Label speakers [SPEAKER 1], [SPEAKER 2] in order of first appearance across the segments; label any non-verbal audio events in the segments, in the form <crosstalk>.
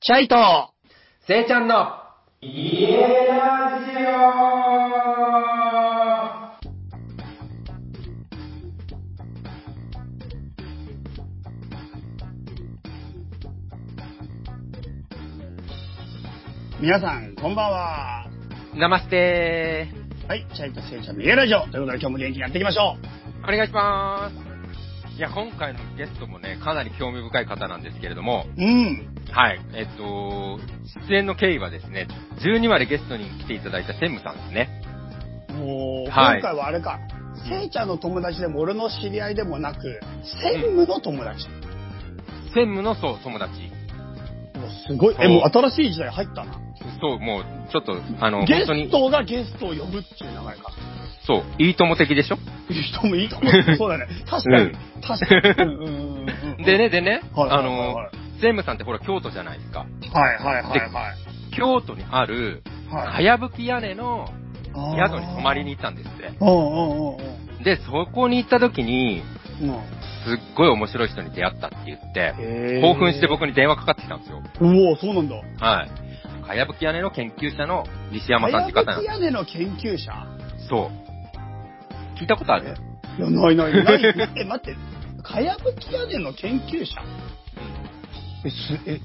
[SPEAKER 1] シャイト
[SPEAKER 2] せいちゃんの、家ラジオ
[SPEAKER 1] 皆さん、こんばんは。
[SPEAKER 2] ナマステ
[SPEAKER 1] はい、シャイトせいちゃんの家ラジオということで今日も元気にやっていきましょう
[SPEAKER 2] お願いします。いや、今回のゲストもね、かなり興味深い方なんですけれども、。
[SPEAKER 1] うん。
[SPEAKER 2] はい、えっと、出演の経緯はですね、12話でゲストに来ていただいた専務さんですね。
[SPEAKER 1] もう、
[SPEAKER 2] はい
[SPEAKER 1] 今回はあれか。せいちゃんの友達でも俺の知り合いでもなく、専務の友達。
[SPEAKER 2] 専務の、そう、友達。
[SPEAKER 1] もうすごい。え、もう新しい時代入ったな。
[SPEAKER 2] そう、もう、ちょっと、あの、
[SPEAKER 1] ゲ
[SPEAKER 2] 本当に
[SPEAKER 1] ス、トがゲストを呼ぶっていう名前か。
[SPEAKER 2] そう、いいとも的でしょ
[SPEAKER 1] いい人もいいと思う。
[SPEAKER 2] <laughs>
[SPEAKER 1] そうだね。確かに。
[SPEAKER 2] うん
[SPEAKER 1] 確か
[SPEAKER 2] <laughs>
[SPEAKER 1] に。うんうんうんうん
[SPEAKER 2] でね、、でね、
[SPEAKER 1] はい
[SPEAKER 2] あ
[SPEAKER 1] はいはい
[SPEAKER 2] の
[SPEAKER 1] はい、
[SPEAKER 2] 専務さんってほら、京都じゃないですか。
[SPEAKER 1] はいはいはいはい。
[SPEAKER 2] 京都にある、
[SPEAKER 1] は
[SPEAKER 2] か
[SPEAKER 1] い、
[SPEAKER 2] やぶき屋根の宿
[SPEAKER 1] 宿
[SPEAKER 2] に泊まりに。行ったんですって。
[SPEAKER 1] うんうんうん
[SPEAKER 2] で、そこに行った時に、
[SPEAKER 1] うんうん
[SPEAKER 2] すっごい面白い人に出会ったって言って、
[SPEAKER 1] へー。
[SPEAKER 2] 興奮して僕に電話かかってきたんですよ。
[SPEAKER 1] うおそうなんだ。
[SPEAKER 2] はい。かやぶき屋根の研究者の西山さんって方な
[SPEAKER 1] か
[SPEAKER 2] んで
[SPEAKER 1] やぶき屋根の研究者
[SPEAKER 2] す。そう。聞いたことある
[SPEAKER 1] いや、ないないない。待って待って。かやぶき屋根の研究者え、す、え、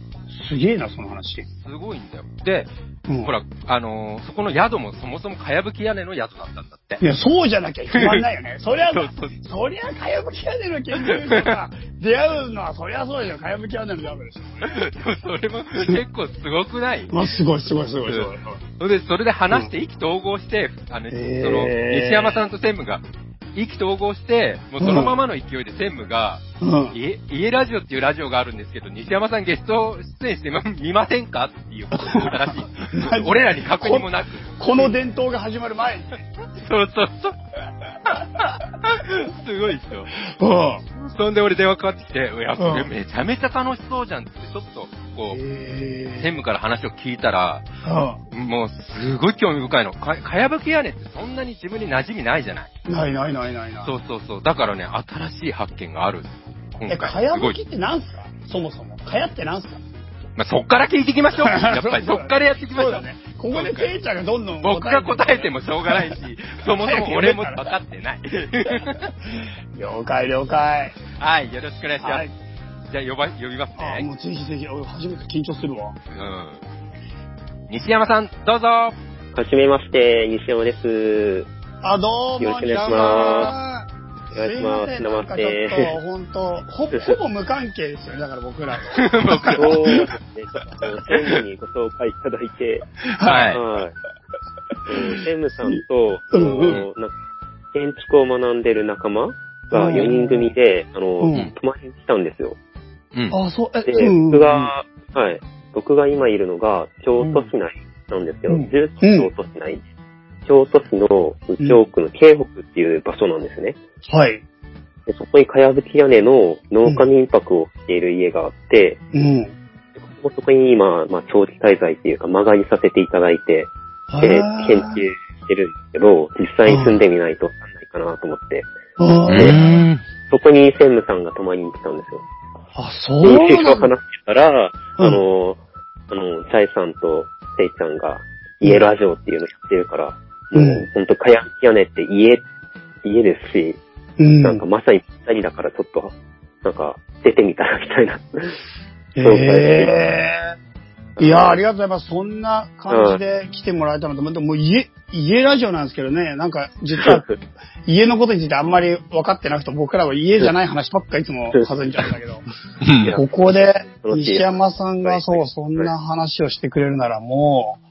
[SPEAKER 1] すげえな、その話。
[SPEAKER 2] すごいんだよ。で、
[SPEAKER 1] うん
[SPEAKER 2] ほら、あのーそこの宿もそもそもかやぶき屋根の宿だったんだって
[SPEAKER 1] い。や、そうじゃなきゃ決まんないよ <laughs> ね。そりゃ、
[SPEAKER 2] そうそう
[SPEAKER 1] そりゃ、かやぶき屋根の研究者が出会うのは、そりゃそうでしょ。かやぶき屋根のダメでしょ。
[SPEAKER 2] それも結構すごくない
[SPEAKER 1] まあ、すごい、すごい、すごい、すごい。
[SPEAKER 2] それで、それで話して意気投合して、あの、
[SPEAKER 1] へ
[SPEAKER 2] そ
[SPEAKER 1] ー
[SPEAKER 2] の、西山さんと専務が、意気投合して、もうそのままの勢いで専務が、
[SPEAKER 1] うん。
[SPEAKER 2] 家、家ラジオっていうラジオがあるんですけど、西山さんゲスト出演してみ見ませんかっていうことを言ったらし
[SPEAKER 1] マ
[SPEAKER 2] <laughs> い。
[SPEAKER 1] ジ
[SPEAKER 2] 俺らに確認もなく。
[SPEAKER 1] この伝統が始まる前に。
[SPEAKER 2] そうそうそう。 <laughs> すごいですよ。
[SPEAKER 1] うん。
[SPEAKER 2] そんで俺電話かかってきて、いや、これ
[SPEAKER 1] うん
[SPEAKER 2] めちゃめちゃ楽しそうじゃんって、ちょっと、こう、専
[SPEAKER 1] え
[SPEAKER 2] 務から話を聞いたら、
[SPEAKER 1] ー。
[SPEAKER 2] もうすごい興味深いの。か、かやぶき屋根ってそんなに自分に馴染みないじゃない
[SPEAKER 1] うん。ないないないないない。
[SPEAKER 2] そうそうそう。だからね、新しい発見がある。今
[SPEAKER 1] え、
[SPEAKER 2] 回。
[SPEAKER 1] かや
[SPEAKER 2] すご
[SPEAKER 1] ぶき
[SPEAKER 2] い。
[SPEAKER 1] ってなんすかそもそも。かやってなんすか
[SPEAKER 2] まあ、そっから聞いていき <laughs> ましょう。 <laughs> やっぱりそ
[SPEAKER 1] そうだね
[SPEAKER 2] っからやっていきま
[SPEAKER 1] そ
[SPEAKER 2] しょ
[SPEAKER 1] う
[SPEAKER 2] う。
[SPEAKER 1] だね。ここでせいちゃんがどんどん
[SPEAKER 2] 僕が答えて
[SPEAKER 1] も。
[SPEAKER 2] もしょうがないし、そもそも俺も分かってない。
[SPEAKER 1] <laughs> 了解了解。
[SPEAKER 2] はい、よろしくお願いします。
[SPEAKER 1] はい
[SPEAKER 2] じゃあ呼ば、呼びます
[SPEAKER 1] あー、も
[SPEAKER 2] ね。
[SPEAKER 1] うぜひぜひ、俺初めて緊張するわ。
[SPEAKER 2] うん。西山さん、どうぞ
[SPEAKER 3] はじめまして、西山です。
[SPEAKER 1] あ、どうも、
[SPEAKER 3] よろしくお願いします
[SPEAKER 1] すいません、
[SPEAKER 3] お
[SPEAKER 1] なん
[SPEAKER 3] 願い
[SPEAKER 1] か
[SPEAKER 3] します
[SPEAKER 1] ちょっと、ほんと、ほ、ほぼ無関係ですよね、だから僕ら。
[SPEAKER 3] そうですね、ちょっと、専務にご紹介いただいて、
[SPEAKER 2] はい。
[SPEAKER 3] はい。うん専務さんと、あ
[SPEAKER 1] うんうん
[SPEAKER 3] のなんか建築を学んでる仲間が4人組で、あの、
[SPEAKER 1] うん
[SPEAKER 3] 泊まりに来たんですよ。
[SPEAKER 2] うん。
[SPEAKER 1] あ、そう、え、
[SPEAKER 3] で、
[SPEAKER 1] うん
[SPEAKER 3] 僕が、はい、僕が今いるのが、京都市内なんですけど、
[SPEAKER 1] うん
[SPEAKER 3] 住所は京都市内。京都市の右京区の京北っていう場所なんですね。
[SPEAKER 1] はい。
[SPEAKER 3] でそこにかやぶき屋根の農家民泊をしている家があって、
[SPEAKER 1] うん。
[SPEAKER 3] そこに今、まあ、長期滞在っていうか、間借りさせていただいて、で、研究してるんですけど、実際に住んでみないとわかんないかなと思って、
[SPEAKER 1] あ
[SPEAKER 2] う
[SPEAKER 1] ー
[SPEAKER 2] ーん
[SPEAKER 3] そこに専務さんが泊まりに来たんですよ。
[SPEAKER 1] あ、そう
[SPEAKER 3] で、就
[SPEAKER 1] な
[SPEAKER 3] 職を
[SPEAKER 1] んだ。
[SPEAKER 3] 話してたら、
[SPEAKER 1] うん
[SPEAKER 3] あの、あの、チャイさんとセイちゃんが、家ラジオっていうのやってるから、
[SPEAKER 1] うん
[SPEAKER 3] もう、ほんと、かやき屋根って家、家ですし、
[SPEAKER 1] うん。
[SPEAKER 3] なんかまさにぴったりだからちょっと、なんか、出てみたらみたいな。
[SPEAKER 1] へ
[SPEAKER 3] そう
[SPEAKER 1] えいやーありがとうございます。そんな感じで来てもらえたのと、でももう家、家ラジオなんですけどね、なんか実は
[SPEAKER 3] <laughs>
[SPEAKER 1] 家のことについてあんまり分かってなくて、僕らは家じゃない話ばっかいつも弾んじゃうんだけ
[SPEAKER 3] <laughs>
[SPEAKER 1] ど、
[SPEAKER 3] いや
[SPEAKER 1] ここで
[SPEAKER 3] 楽しい
[SPEAKER 1] 西山さんがそう、そんな話をしてくれるならもう、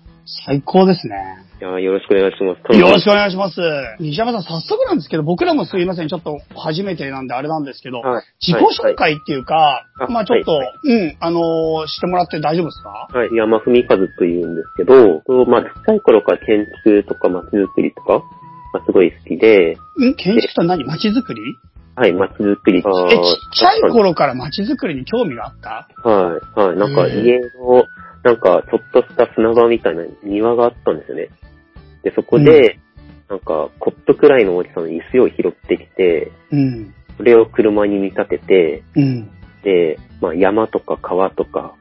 [SPEAKER 1] 最高ですね。
[SPEAKER 3] いやよろしくお願いします。
[SPEAKER 1] よろしくお願いします。西山さん、早速なんですけど、僕らもすいません、ちょっと初めてなんであれなんですけど、
[SPEAKER 3] はい。
[SPEAKER 1] 自己紹介っていうか、
[SPEAKER 3] はい
[SPEAKER 1] まあちょっと、
[SPEAKER 3] はいは
[SPEAKER 1] うん、あのーしてもらって大丈夫ですか
[SPEAKER 3] はい。はい。山文和というんですけど、そうまあ、ちっちゃい頃から建築とか街づくりとか、まあ、すごい好きで、
[SPEAKER 1] ん建築とは何街づくり
[SPEAKER 3] はい、街づくり。
[SPEAKER 1] え、ちっちゃい頃から街づくりに興味があった
[SPEAKER 3] はい、はい。なんか
[SPEAKER 1] へー
[SPEAKER 3] 家の、なんかちょっとした砂場みたいな庭があったんですよね。で、そこで、なんかコップくらいの大きさの椅子を拾ってきて、
[SPEAKER 1] うん。
[SPEAKER 3] それを車に見立てて、
[SPEAKER 1] うん。
[SPEAKER 3] で、まあ山とか川とか、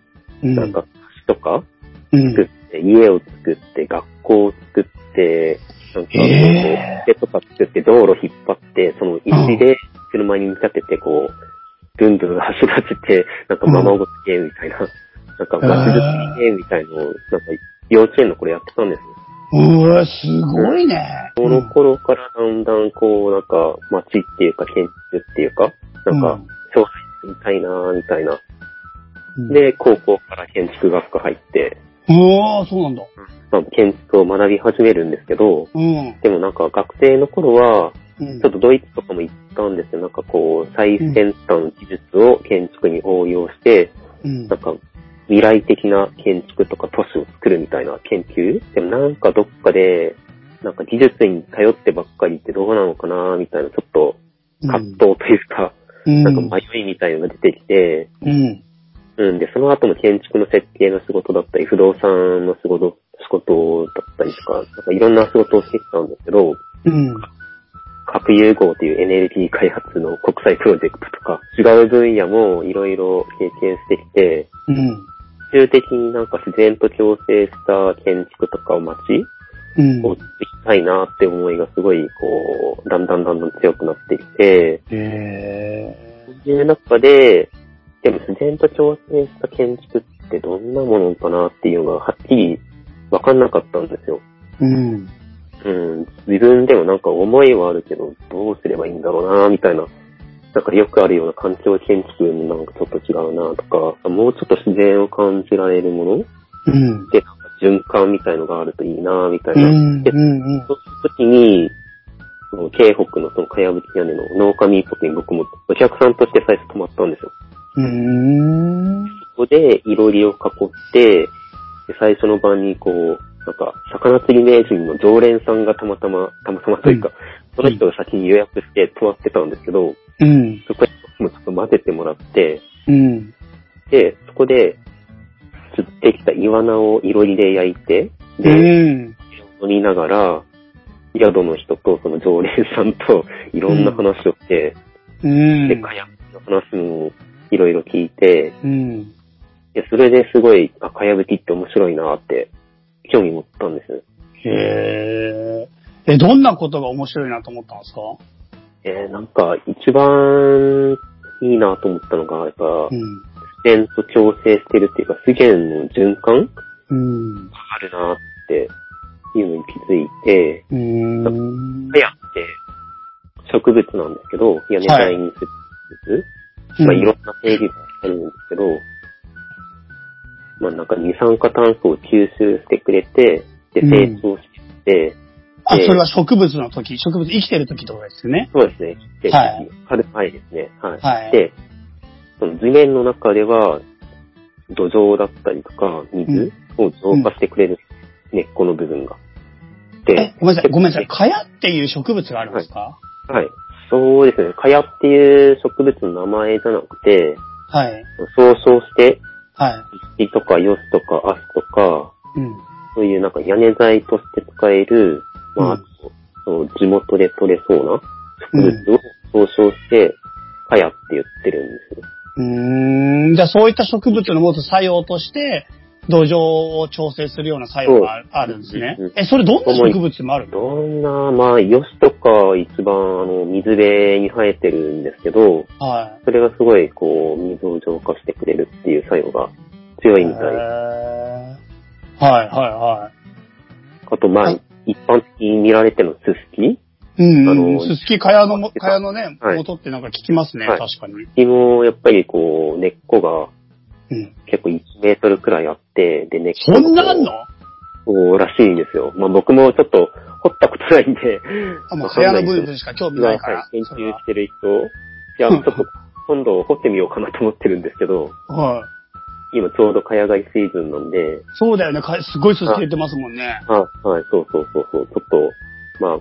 [SPEAKER 1] うん。
[SPEAKER 3] なんか、とか
[SPEAKER 1] うん
[SPEAKER 3] 作。って、家を作って、学校を作って、なんか、こう
[SPEAKER 1] え
[SPEAKER 3] 手とか作って、道路引っ張って、その石で車に見立てて、こう、ぐんぐん走らせて、なんかママごっちゲームみたいな、なんか学術ゲームみたいのを、なんか幼稚園の頃やってたんですよ。
[SPEAKER 1] うわ、すごいね。
[SPEAKER 3] その頃からだんだんこう、なんか街っていうか建築っていうか、なんか将来みたいなーみたいな。
[SPEAKER 1] うん、
[SPEAKER 3] で、高校から建築学科入って、
[SPEAKER 1] うわそうなんだ。
[SPEAKER 3] まあ、建築を学び始めるんですけど、
[SPEAKER 1] うん。
[SPEAKER 3] でもなんか学生の頃
[SPEAKER 1] う
[SPEAKER 3] は、
[SPEAKER 1] ん
[SPEAKER 3] ちょっとドイツとかも行ったんですよ。なんかこう、最先端の技術を建築に応用して、
[SPEAKER 1] うん
[SPEAKER 3] なんか未来的な建築とか都市を作るみたいな研究でもなんかどっかで、なんか技術に頼ってばっかりってどうなのかなみたいな、ちょっと葛藤というか、
[SPEAKER 1] うん
[SPEAKER 3] なんか迷いみたいなのが出てきて、
[SPEAKER 1] うん。
[SPEAKER 3] うん、で、その後も建築の設計の仕事だったり、不動産の仕事、仕事だったりとか、なんかいろんな仕事をしてきたんですけど、
[SPEAKER 1] うん。
[SPEAKER 3] 核融合というエネルギー開発の国際プロジェクトとか、違う分野もいろいろ経験してきて、
[SPEAKER 1] うん。
[SPEAKER 3] 最終的になんか自然と共生した建築とか街
[SPEAKER 1] うん。
[SPEAKER 3] を作りたいなって思いがすごい、こう、だんだんだんだん強くなってきて、
[SPEAKER 1] へえ。
[SPEAKER 3] そういう中で、でも自然と共生した建築ってどんなものかなっていうのがはっきりわかんなかったんですよ。
[SPEAKER 1] うん。
[SPEAKER 3] うん、自分でもなんか思いはあるけど、どうすればいいんだろうな、みたいな。なんかよくあるような環境建築もなんかちょっと違うな、とか、もうちょっと自然を感じられるもの
[SPEAKER 1] うん。
[SPEAKER 3] で、なんか循環みたいのがあるといいな、みたい
[SPEAKER 1] うん。う
[SPEAKER 3] な。
[SPEAKER 1] ん
[SPEAKER 3] で、。
[SPEAKER 1] うん
[SPEAKER 3] その時に、その京北のそのかやぶき屋根の農家民泊に僕もお客さんとして最初泊まったんですよ。
[SPEAKER 1] うん。
[SPEAKER 3] ここでいろりを囲って、で最初の晩にこう、なんか、魚釣り名人の常連さんがたまたま、たまたまというか、その人が先に予約して泊まってたんですけど、
[SPEAKER 1] うん。
[SPEAKER 3] そこに僕もちょっと混ぜてもらって、
[SPEAKER 1] うん。
[SPEAKER 3] で、そこで、釣ってきたイワナをいろりで焼いて、
[SPEAKER 1] う
[SPEAKER 3] で、
[SPEAKER 1] ん。
[SPEAKER 3] 飲みながら、宿の人とその常連さんといろんな話をして、
[SPEAKER 1] うん。
[SPEAKER 3] で、かやの話もいろいろ聞いて、
[SPEAKER 1] うん。
[SPEAKER 3] で、それですごい、あ、かやぶきって面白いなって、興味持ったんです。
[SPEAKER 1] へえ。え、どんなことが面白いなと思ったんですか
[SPEAKER 3] えーなんか、一番いいなと思ったのが、やっぱ、
[SPEAKER 1] うん。
[SPEAKER 3] 自然と共生してるっていうか、資源の循環
[SPEAKER 1] うん。
[SPEAKER 3] あるなっていうのに気づいて、
[SPEAKER 1] うん。
[SPEAKER 3] かやって、植物なんですけど、屋根材にする植物、まあ、いろんな定義があるんですけど、まあ、なんか二酸化炭素を吸収してくれて、で、
[SPEAKER 1] うん
[SPEAKER 3] 成長して、
[SPEAKER 1] あ、それは植物の時、植物生きてる時ってことですよね。
[SPEAKER 3] そうですね、で、
[SPEAKER 1] はい
[SPEAKER 3] 春、はいですね、はい。
[SPEAKER 1] はい
[SPEAKER 3] で、その図面の中では、土壌だったりとか、水を浄化してくれる、根っこの部分が。
[SPEAKER 1] え
[SPEAKER 3] で、、
[SPEAKER 1] ごめんなさい、ごめんなさい。かやっていう植物があるんですか
[SPEAKER 3] はい。そうですね、かやっていう植物の名前じゃなくて、
[SPEAKER 1] はい。
[SPEAKER 3] 総称して、
[SPEAKER 1] はい。
[SPEAKER 3] 石とかヨシとかアスとか、
[SPEAKER 1] うん。
[SPEAKER 3] そういうなんか屋根材として使える、ま
[SPEAKER 1] う
[SPEAKER 3] あ、あ
[SPEAKER 1] ん
[SPEAKER 3] とその地元で取れそうな植物を総称して、かやって言ってるんですよ。
[SPEAKER 1] うーん。じゃあそういった植物の持つ作用として、土壌を調整するような作用がああるんですね
[SPEAKER 3] うんうん。
[SPEAKER 1] え、それどんな植物もあるの
[SPEAKER 3] どんな、まあ、ヨシとか一番あの、水辺に生えてるんですけど、
[SPEAKER 1] はい。
[SPEAKER 3] それがすごいこう、水を浄化してくれるっていう作用が強いみた
[SPEAKER 1] へー
[SPEAKER 3] い。
[SPEAKER 1] はい、はい、は
[SPEAKER 3] あと、ま
[SPEAKER 1] は
[SPEAKER 3] あ
[SPEAKER 1] い、
[SPEAKER 3] 一般的に見られてるのススキ
[SPEAKER 1] い。うん
[SPEAKER 3] あ
[SPEAKER 1] うん。
[SPEAKER 3] の
[SPEAKER 1] すすきかやのも、かやのね、
[SPEAKER 3] はい
[SPEAKER 1] 元ってなんか聞きますね、
[SPEAKER 3] はい
[SPEAKER 1] 確かに。
[SPEAKER 3] スキもやっぱりこう、根っこが
[SPEAKER 1] うん。
[SPEAKER 3] 結構1メートルくらいあって、で、根っ
[SPEAKER 1] そ
[SPEAKER 3] こがこうん
[SPEAKER 1] なあんの
[SPEAKER 3] そうらしいんですよ。まあ僕もちょっと掘ったことないんで。
[SPEAKER 1] あ、もう
[SPEAKER 3] わ
[SPEAKER 1] か
[SPEAKER 3] か
[SPEAKER 1] や
[SPEAKER 3] んな
[SPEAKER 1] の
[SPEAKER 3] い
[SPEAKER 1] 部
[SPEAKER 3] です
[SPEAKER 1] 分しか興味ないか
[SPEAKER 3] は
[SPEAKER 1] ら
[SPEAKER 3] い。研
[SPEAKER 1] それ
[SPEAKER 3] 究
[SPEAKER 1] は
[SPEAKER 3] してる人。いや、ちょっと今度掘ってみようかなと思ってるんですけど、
[SPEAKER 1] はい。
[SPEAKER 3] 今ちょうど茅がいシーズンなんで、
[SPEAKER 1] そうだよね。かすごいすすき出てますもんね。
[SPEAKER 3] あはい、そうそうそうそう、ちょっと、まあ、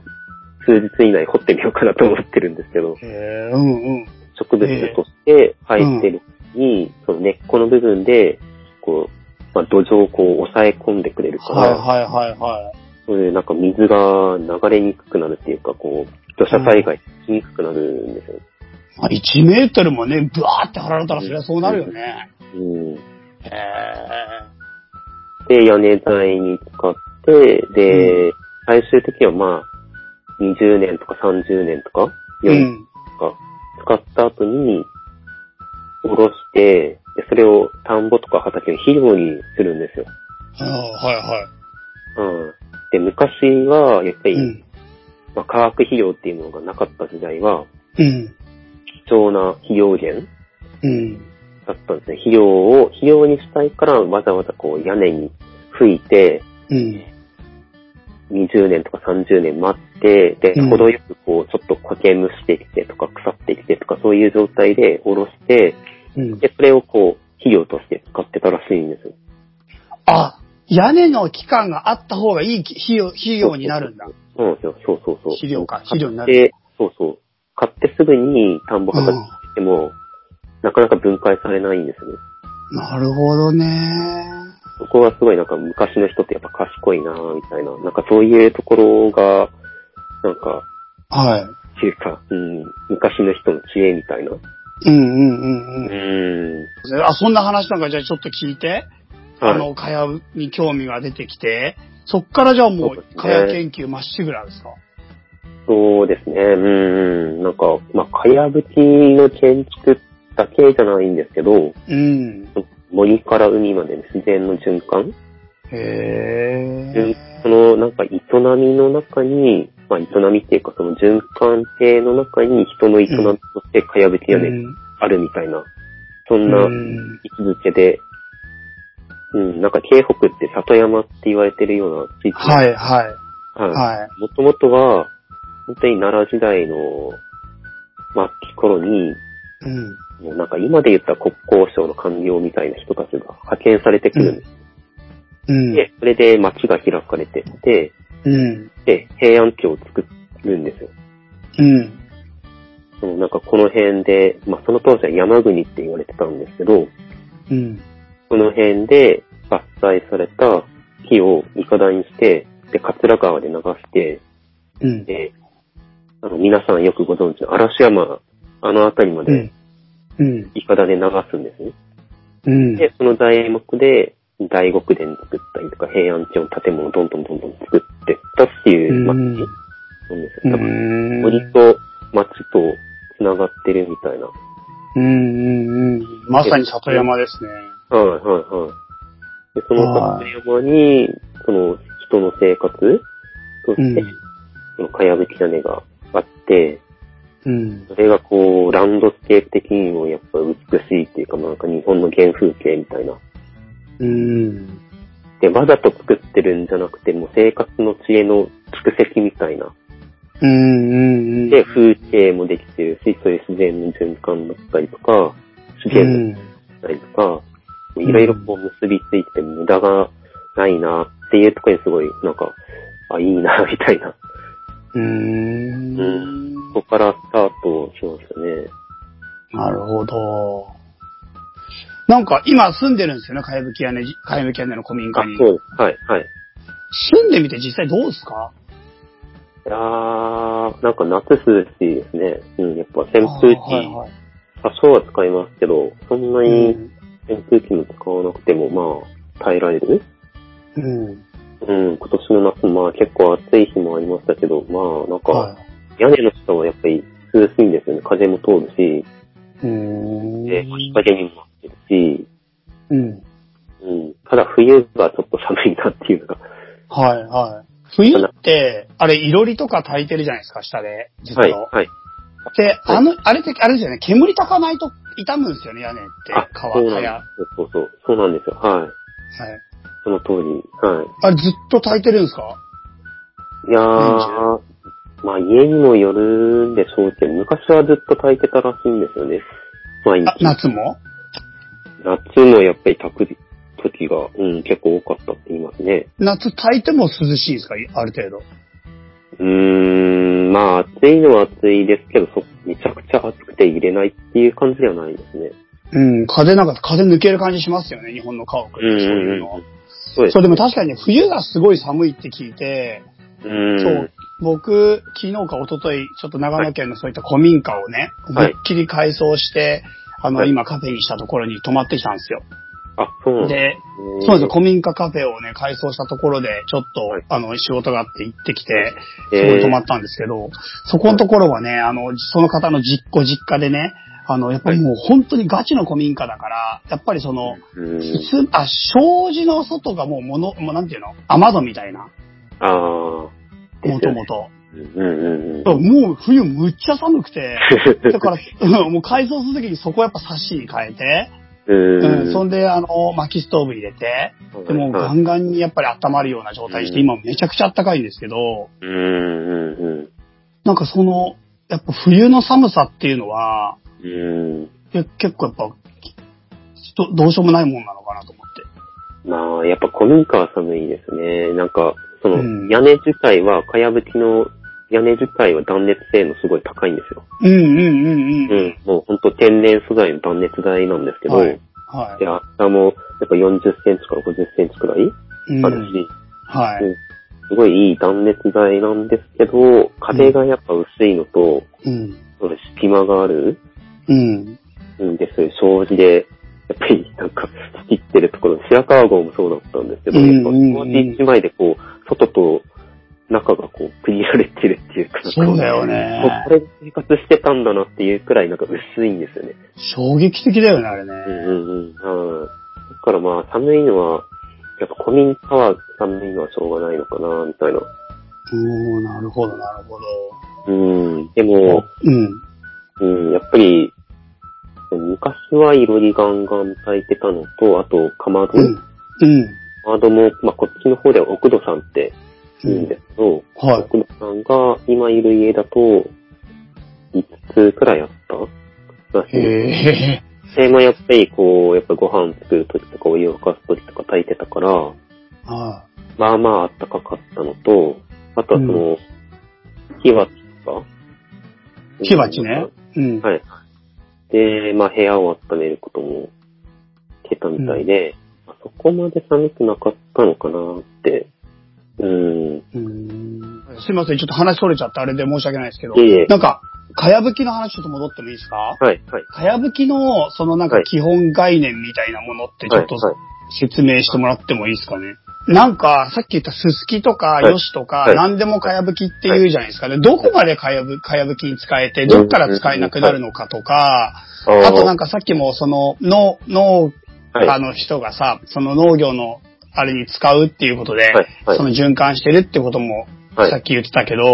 [SPEAKER 3] 数日以内掘ってみようかなと思ってるんですけど、
[SPEAKER 1] へえ、うんうん。
[SPEAKER 3] 植物として生えてる時に、その根っこの部分で、こう、まあ土壌をこう抑え込んでくれるから、
[SPEAKER 1] はいはいはいは
[SPEAKER 3] そういうなんか水が流れにくくなるっていうか、こう、土砂災害しにくくなるんですよ。
[SPEAKER 1] い。まあ、1メートルもね、ブワーって張られたらそりゃそうなるよね。
[SPEAKER 3] うん。
[SPEAKER 1] へえ。
[SPEAKER 3] で、屋根材に使って、で、最終的にはまあ、20年とか30年とか、
[SPEAKER 1] う
[SPEAKER 3] 40
[SPEAKER 1] ん。
[SPEAKER 3] とか、使った後に、おろして、でそれを田んぼとか畑の肥料にするんですよ。
[SPEAKER 1] ああはいは
[SPEAKER 3] うん。で、昔は、やっぱ
[SPEAKER 1] い。
[SPEAKER 3] り、
[SPEAKER 1] うん。
[SPEAKER 3] まあ、化学肥料っていうものがなかった時代は、
[SPEAKER 1] うん。
[SPEAKER 3] 貴重な肥料源
[SPEAKER 1] うん。
[SPEAKER 3] だったんですね。肥料を、肥料にしたいから、わざわざこう屋根に吹いて、
[SPEAKER 1] うん。
[SPEAKER 3] 20年とか30年待って、で、
[SPEAKER 1] うん
[SPEAKER 3] 程よくこう、ちょっと苔むしてきてとか、腐ってきてとか、そういう状態でおろして、
[SPEAKER 1] うん。
[SPEAKER 3] で、それをこう、肥料として使ってたらしいんですよ。
[SPEAKER 1] あ、屋根の期間があった方がいい肥料、肥料になるんだ。
[SPEAKER 3] そうなんですよ。そうそうそう。
[SPEAKER 1] 肥料か肥料になる
[SPEAKER 3] 買ってそうそう。買ってすぐに田んぼ畑にしても、なかなか分解されないんですね。
[SPEAKER 1] なるほどね。
[SPEAKER 3] そこがすごいなんか昔の人ってやっぱ賢いなぁみたいな、なんかそういうところが、なんか、
[SPEAKER 1] は
[SPEAKER 3] っていうか、うん、昔の人の知恵みたい
[SPEAKER 1] い。
[SPEAKER 3] な。
[SPEAKER 1] うんうんうんうん。
[SPEAKER 3] ん。
[SPEAKER 1] あ、そんな話なんかじゃあちょっと聞いて、
[SPEAKER 3] はい
[SPEAKER 1] あの、かやに興味が出てきて、そっからじゃあも
[SPEAKER 3] そうです
[SPEAKER 1] う、
[SPEAKER 3] ね
[SPEAKER 1] かや研究まっしぐらですか
[SPEAKER 3] そうですね、うん、なんか、まあ、かやぶきの建築だけじゃないんですけど、
[SPEAKER 1] うん。
[SPEAKER 3] 森から海までの自然の循環、
[SPEAKER 1] へ
[SPEAKER 3] うん
[SPEAKER 1] え。
[SPEAKER 3] そのなんか営みの中に、まあ、営みっていうかその循環系の中に人の営みとしてかやぶき屋根があるみたいな、そんな、
[SPEAKER 1] うん
[SPEAKER 3] 位置づけで、うん、なんか京北って里山って言われてるような地域。
[SPEAKER 1] はいはい。
[SPEAKER 3] は
[SPEAKER 1] はい。
[SPEAKER 3] い。もともとは、本当に奈良時代の末期頃に、
[SPEAKER 1] うん。
[SPEAKER 3] もうなんか今で言ったら国交省の官僚みたいな人たちが派遣されてくるんです。
[SPEAKER 1] うん。
[SPEAKER 3] で、それで町が開かれてって、
[SPEAKER 1] うん。
[SPEAKER 3] で、平安京を作るんですよ。
[SPEAKER 1] うん。
[SPEAKER 3] そのなんかこの辺で、まあその当時は山国って言われてたんですけど、
[SPEAKER 1] うん。
[SPEAKER 3] この辺で伐採された木をいかだにして、で、桂川で流して、
[SPEAKER 1] うん。
[SPEAKER 3] で、あの、皆さんよくご存知の嵐山、あの辺りま
[SPEAKER 1] う
[SPEAKER 3] で
[SPEAKER 1] ん。うん。
[SPEAKER 3] いかだで流すんですね。
[SPEAKER 1] うん。
[SPEAKER 3] で、その材木で大極殿作ったりとか、平安京の建物をどんどんどんどん作ってったっていう町なんです
[SPEAKER 1] う
[SPEAKER 3] よ。
[SPEAKER 1] ん。
[SPEAKER 3] 森と町と繋がってるみたいな。
[SPEAKER 1] うんうんうん。まさに里山ですね。
[SPEAKER 3] はいはいはい。で、その里山に、その人の生活として、
[SPEAKER 1] うん
[SPEAKER 3] そのかやぶき屋根があって、
[SPEAKER 1] うん。
[SPEAKER 3] それがこう、ランドスケープ的にもやっぱ美しいっていうか、なんか日本の原風景みたいな。
[SPEAKER 1] うん。
[SPEAKER 3] で、わざと作ってるんじゃなくて、もう生活の知恵の蓄積みたいな。
[SPEAKER 1] うんうんうん。
[SPEAKER 3] で、風景もできてるし、そういう自然の循環だったりとか、資
[SPEAKER 1] う
[SPEAKER 3] 源
[SPEAKER 1] ん。
[SPEAKER 3] だったりとか、いろいろこう結びついて無駄がないなっていうところにすごい、なんか、あ、いいな、みた
[SPEAKER 1] <laughs>
[SPEAKER 3] いな。
[SPEAKER 1] うん。
[SPEAKER 3] そこからスタートしましたね。
[SPEAKER 1] なるほど。なんか今住んでるんですよね、かやぶき屋根、かやぶき屋根の古民
[SPEAKER 3] あ
[SPEAKER 1] 家に、。
[SPEAKER 3] そうです。はい、はい。
[SPEAKER 1] 住んでみて実際どうですか
[SPEAKER 3] いやー、なんか夏涼しいですね。うん、やっぱ扇風機、
[SPEAKER 1] あーはいはい
[SPEAKER 3] 多少は使いますけど、そんな
[SPEAKER 1] う
[SPEAKER 3] に
[SPEAKER 1] ん
[SPEAKER 3] 扇風機も使わなくても、まあ、耐えられる。
[SPEAKER 1] うん。
[SPEAKER 3] うん、今年の夏、まあ結構暑い日もありましたけど、まあなんか、
[SPEAKER 1] は
[SPEAKER 3] 屋根の下はやっぱり涼しいんですよね。風も通るし、
[SPEAKER 1] い。うん。
[SPEAKER 3] で日陰にもなってるし、
[SPEAKER 1] うん。
[SPEAKER 3] うん、ただ冬がちょっと寒いなっていうか、
[SPEAKER 1] はいはい。冬って、あれ、いろりとか焚いてるじゃないですか、下で。ずっと。
[SPEAKER 3] はい、はい。
[SPEAKER 1] で、あの、あれって、あれですよね、煙たかないと傷むんですよね、屋根って。
[SPEAKER 3] あ、
[SPEAKER 1] 皮、
[SPEAKER 3] そう
[SPEAKER 1] 蚊
[SPEAKER 3] な
[SPEAKER 1] や。
[SPEAKER 3] んで
[SPEAKER 1] はい。
[SPEAKER 3] すそうそうそう、そうなんですよ。はい。その通り、はい。
[SPEAKER 1] あれ、ずっと炊いてるんですか
[SPEAKER 3] いやー、まあ家にもよるんでしょうけど、昔はずっと炊いてたらしいんですよね。毎
[SPEAKER 1] あ
[SPEAKER 3] 日。
[SPEAKER 1] 夏も
[SPEAKER 3] 夏もやっぱり炊く時が、うん、結構多かったって言いますね。
[SPEAKER 1] 夏炊いても涼しいんですかある程度。
[SPEAKER 3] うーん、まあ暑いのは暑いですけど、そめちゃくちゃ暑くて入れないっていう感じではないですね。
[SPEAKER 1] うん、風なんか、風抜ける感じしますよね、日本の家屋って
[SPEAKER 3] うん
[SPEAKER 1] そう
[SPEAKER 3] うん
[SPEAKER 1] いう
[SPEAKER 3] う
[SPEAKER 1] のは
[SPEAKER 3] ん。。そうです
[SPEAKER 1] そう、。でも確かにね冬がすごい寒いって聞いて、
[SPEAKER 3] う
[SPEAKER 1] そ
[SPEAKER 3] ん
[SPEAKER 1] う。、僕、昨日か一昨日ちょっと長野県のそういった古民家をね、
[SPEAKER 3] はい
[SPEAKER 1] 思いっきり改装して、あの、
[SPEAKER 3] はい
[SPEAKER 1] 今カフェにしたところに泊まってきたんですよ。
[SPEAKER 3] あ、そうなん
[SPEAKER 1] で、
[SPEAKER 3] うん
[SPEAKER 1] そうなんですよ、古民家カフェをね、改装したところで、ちょっと、
[SPEAKER 3] はい
[SPEAKER 1] あの、仕事があって行ってきて、
[SPEAKER 3] え
[SPEAKER 1] そ
[SPEAKER 3] ー
[SPEAKER 1] こに泊まったんですけど、そこのところはね、あの、その方の実ご実家でね、あの、やっぱりもう本当にガチの古民家だから、やっぱりその、
[SPEAKER 3] うん。
[SPEAKER 1] すあ、障子の外がもうもの、もうなんていうの雨戸みたいな、
[SPEAKER 3] ああ。
[SPEAKER 1] もともと。
[SPEAKER 3] うんうんうん。
[SPEAKER 1] もう冬むっちゃ寒く
[SPEAKER 3] <laughs>
[SPEAKER 1] て、だから、うんもう改装するときにそこやっぱサッシに変えて、うん、そんで、あの、薪ストーブ入れて、でもうガンガンにやっぱり温まるような状態にして、
[SPEAKER 3] うん
[SPEAKER 1] 今めちゃくちゃ暖かいんですけど、
[SPEAKER 3] うんうん
[SPEAKER 1] なんかその、やっぱ冬の寒さっていうのは、
[SPEAKER 3] うん。うん。
[SPEAKER 1] け結構やっぱ、どどうしようもないもんなのかなと思って。
[SPEAKER 3] まあ、やっぱ古民家は寒いですね。なんか、その
[SPEAKER 1] うん、
[SPEAKER 3] 屋根自体は、かやぶきの屋根自体は断熱性能すごい高いんですよ。
[SPEAKER 1] うんうんうん
[SPEAKER 3] う
[SPEAKER 1] うん。
[SPEAKER 3] ん。もうほんと天然素材の断熱材なんですけど、
[SPEAKER 1] はいは
[SPEAKER 3] で、厚さも、やっぱ40センチから50センチくらい
[SPEAKER 1] い。うん
[SPEAKER 3] あるし、
[SPEAKER 1] は
[SPEAKER 3] うんすごいいい断熱材なんですけど、壁がやっぱ薄いのと、
[SPEAKER 1] い。うん。
[SPEAKER 3] その隙間がある
[SPEAKER 1] うん。
[SPEAKER 3] うんです。障子で、やっぱりなんか仕切ってるところ、白川郷もそうだったんですけど、
[SPEAKER 1] う
[SPEAKER 3] や
[SPEAKER 1] ん
[SPEAKER 3] っぱ障子一枚でこう、外と中がこう、区切られてるっていうか、
[SPEAKER 1] そうだよ
[SPEAKER 3] こう
[SPEAKER 1] ね
[SPEAKER 3] こ。れで生活してたんだなっていうくらいなんか薄いんですよね。
[SPEAKER 1] 衝撃的だよね、あれ
[SPEAKER 3] う
[SPEAKER 1] ね。
[SPEAKER 3] んうんうん。はいだからまあ寒いのは、やっぱ古民家は寒いのはしょうがないのかな、みたいな。
[SPEAKER 1] うん、なるほど、なるほど。
[SPEAKER 3] うん。でも、
[SPEAKER 1] うん。
[SPEAKER 3] うん、やっぱり、昔はいろりガンガン炊いてたのと、あと、かまど、
[SPEAKER 1] うん。うん。
[SPEAKER 3] カードも、まあ、こっちの方では奥戸さんって言うんですけど、
[SPEAKER 1] はい。
[SPEAKER 3] 奥戸さんが今いる家だと、5つくらいあったらしいで
[SPEAKER 1] へえ。
[SPEAKER 3] す。で、まあ、やっぱりこう、やっぱご飯作るときとかお湯沸かすときとか炊いてたから、
[SPEAKER 1] は
[SPEAKER 3] まあまああったかかったのと、あとはその、火鉢か
[SPEAKER 1] い。火鉢ね。うん。
[SPEAKER 3] はい。で、まあ部屋を温めることもしてたみたいで、まあそこまで寒くなかったのかなって。うん。
[SPEAKER 1] うんすいません、ちょっと話それちゃってあれで申し訳ないですけど
[SPEAKER 3] い。えいえ。
[SPEAKER 1] なんか、かやぶきの話ちょっと戻ってもいいですか
[SPEAKER 3] はい、はい。
[SPEAKER 1] かやぶきの、そのなんか
[SPEAKER 3] はい
[SPEAKER 1] 基本概念みたいなものってちょっと
[SPEAKER 3] はい
[SPEAKER 1] 説明してもらってもいいですかね。なんか、さっき言ったすすきとか、
[SPEAKER 3] はい
[SPEAKER 1] よしとか、
[SPEAKER 3] はい
[SPEAKER 1] 何でもかやぶきって言うじゃないですかね。どこまでかやぶ、かやぶきに使えて、どっから使えなくなるのかとか、
[SPEAKER 3] はい、
[SPEAKER 1] あとなん
[SPEAKER 3] か、
[SPEAKER 1] かさっきもその、農、農
[SPEAKER 3] はい、
[SPEAKER 1] あの人がさ、その農業のあれに使うっていうことで、
[SPEAKER 3] はいはい
[SPEAKER 1] その循環してるってことも、
[SPEAKER 3] はい
[SPEAKER 1] さっき言ってたけど、
[SPEAKER 3] はい、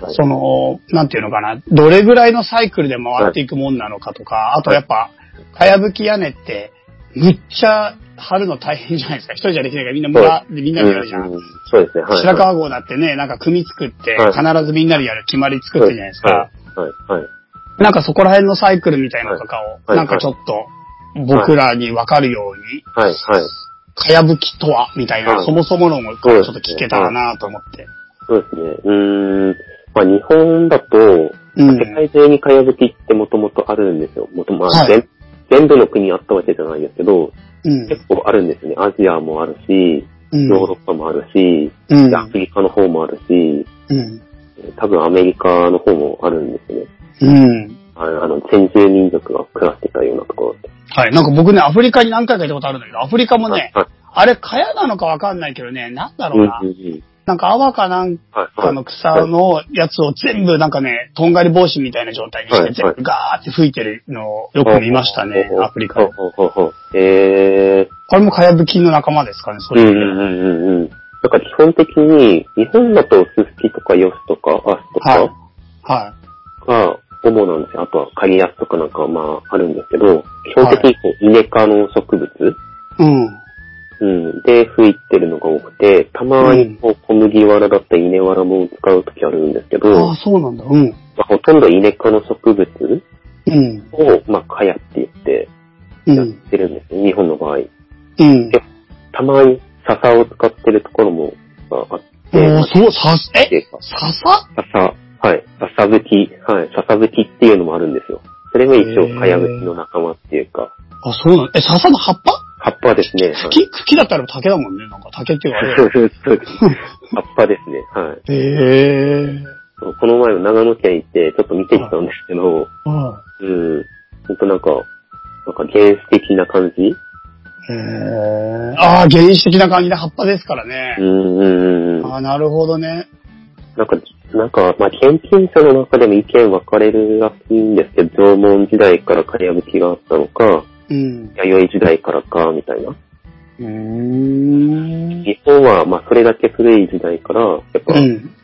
[SPEAKER 3] はい。
[SPEAKER 1] その、なんていうのかな、どれぐらいのサイクルで回っていくもんなのかとか、あとやっぱ、かやぶき屋根って、むっちゃ張るの大変じゃないですか。一人じゃできないからみんな村でみんなでやるじゃ。
[SPEAKER 3] うんんそうですね、はい。
[SPEAKER 1] 白川郷だってね、なんか組作って
[SPEAKER 3] は、い
[SPEAKER 1] 必ずみんなでやる決まり作ってるじゃないですか。
[SPEAKER 3] はい、はい、はい。
[SPEAKER 1] なんかそこら辺のサイクルみたいなのとかを、
[SPEAKER 3] はい
[SPEAKER 1] なんかちょっと、僕らにわかるように、
[SPEAKER 3] はい、はい。
[SPEAKER 1] かやぶきとは、みたいな、
[SPEAKER 3] はい
[SPEAKER 1] そもそも論をちょっと聞けたらなと思って。
[SPEAKER 3] そうですね。うーん。まあ日本だと、
[SPEAKER 1] うん。
[SPEAKER 3] 世界中にかやぶきってもともとあるんですよ。もともと、ま
[SPEAKER 1] は
[SPEAKER 3] あ
[SPEAKER 1] い
[SPEAKER 3] 全全部の国にあったわけじゃないですけど、
[SPEAKER 1] うん。
[SPEAKER 3] 結構あるんですね。アジアもあるし、
[SPEAKER 1] うん。
[SPEAKER 3] ヨーロッパもあるし、
[SPEAKER 1] うん
[SPEAKER 3] でアフリカの方もあるし、
[SPEAKER 1] うん。
[SPEAKER 3] 多分アメリカの方もあるんですね。
[SPEAKER 1] うん。
[SPEAKER 3] ああの、先住民族が暮らしてたようなところって。
[SPEAKER 1] はい。なんか僕ね、アフリカに何回か行ったことあるんだけど、アフリカもね、
[SPEAKER 3] はい
[SPEAKER 1] あれ、蚊帳なのかわかんないけどね、なんだ
[SPEAKER 3] うん
[SPEAKER 1] ろ
[SPEAKER 3] う
[SPEAKER 1] うんな。
[SPEAKER 3] うん。
[SPEAKER 1] なんか泡かなん
[SPEAKER 3] はい、
[SPEAKER 1] か
[SPEAKER 3] は
[SPEAKER 1] の
[SPEAKER 3] い。
[SPEAKER 1] 草のやつを全部なんかね、とんがり帽子みたいな状態にし
[SPEAKER 3] は
[SPEAKER 1] て、
[SPEAKER 3] い
[SPEAKER 1] 全部ガーって吹いてるのをよく見ましたね
[SPEAKER 3] ほうほう、ほう
[SPEAKER 1] アフリカで。
[SPEAKER 3] ほうほうほうほう。えー。
[SPEAKER 1] これもかやぶきの仲間ですかね、そう
[SPEAKER 3] う
[SPEAKER 1] い
[SPEAKER 3] ん
[SPEAKER 1] う意
[SPEAKER 3] う
[SPEAKER 1] 味では
[SPEAKER 3] んうんうんうん。なんか基本的に、日本だとススキとかヨシとかアスと
[SPEAKER 1] はい
[SPEAKER 3] か。
[SPEAKER 1] は
[SPEAKER 3] が主なんですよ。あとはカリアスとかなんかはまああるんですけど、基本的にこう、イネ科の植物、
[SPEAKER 1] い。うん。
[SPEAKER 3] うん。で、吹いてるのが多くて、たまにこう小麦わらだったり稲わらも使うときあるんですけど、
[SPEAKER 1] あ
[SPEAKER 3] ま
[SPEAKER 1] あ、そうなんだ。うん。
[SPEAKER 3] あ、ほとんどイネ科の植物
[SPEAKER 1] うん。
[SPEAKER 3] を、まあ、カヤって言って
[SPEAKER 1] う
[SPEAKER 3] やっ
[SPEAKER 1] ん。
[SPEAKER 3] てるんですね、日本の場合。
[SPEAKER 1] うん。
[SPEAKER 3] たまに笹を使ってるところもまああっ
[SPEAKER 1] お
[SPEAKER 3] て、
[SPEAKER 1] ー、そう、さす、
[SPEAKER 3] ってい
[SPEAKER 1] え
[SPEAKER 3] うか
[SPEAKER 1] 笹
[SPEAKER 3] 笹、はい、笹吹き、はい、笹吹きっていうのもあるんですよ。それが一
[SPEAKER 1] へ
[SPEAKER 3] 応
[SPEAKER 1] ー
[SPEAKER 3] カヤブキの仲間っていうか、
[SPEAKER 1] あ、そうなのえ、笹の葉っぱ
[SPEAKER 3] 葉っぱですね。はい
[SPEAKER 1] 茎茎だったら竹だもんね。なんか竹って言われ
[SPEAKER 3] <laughs> そう
[SPEAKER 1] る。
[SPEAKER 3] ですそうです葉っぱですね。はい。
[SPEAKER 1] へえ。
[SPEAKER 3] この前の長野県行って、ちょっと見てきたんですけど、
[SPEAKER 1] は
[SPEAKER 3] うん。ほんとなんか、なんか原始的な感じ
[SPEAKER 1] い。えー、ああ、原始的な感じで葉っぱですから
[SPEAKER 3] う
[SPEAKER 1] ね。
[SPEAKER 3] んうんうん。
[SPEAKER 1] ああ、なるほどね。
[SPEAKER 3] なんか、なんか、まあ、検品者の中でも意見分かれるらしいんですけど、縄文時代からかやぶきがあったのか、
[SPEAKER 1] うん。
[SPEAKER 3] 弥生時代からか、みたいな。
[SPEAKER 1] うーん。
[SPEAKER 3] 日本は、まあ、それだけ古い時代から、やっぱ
[SPEAKER 1] う、ん。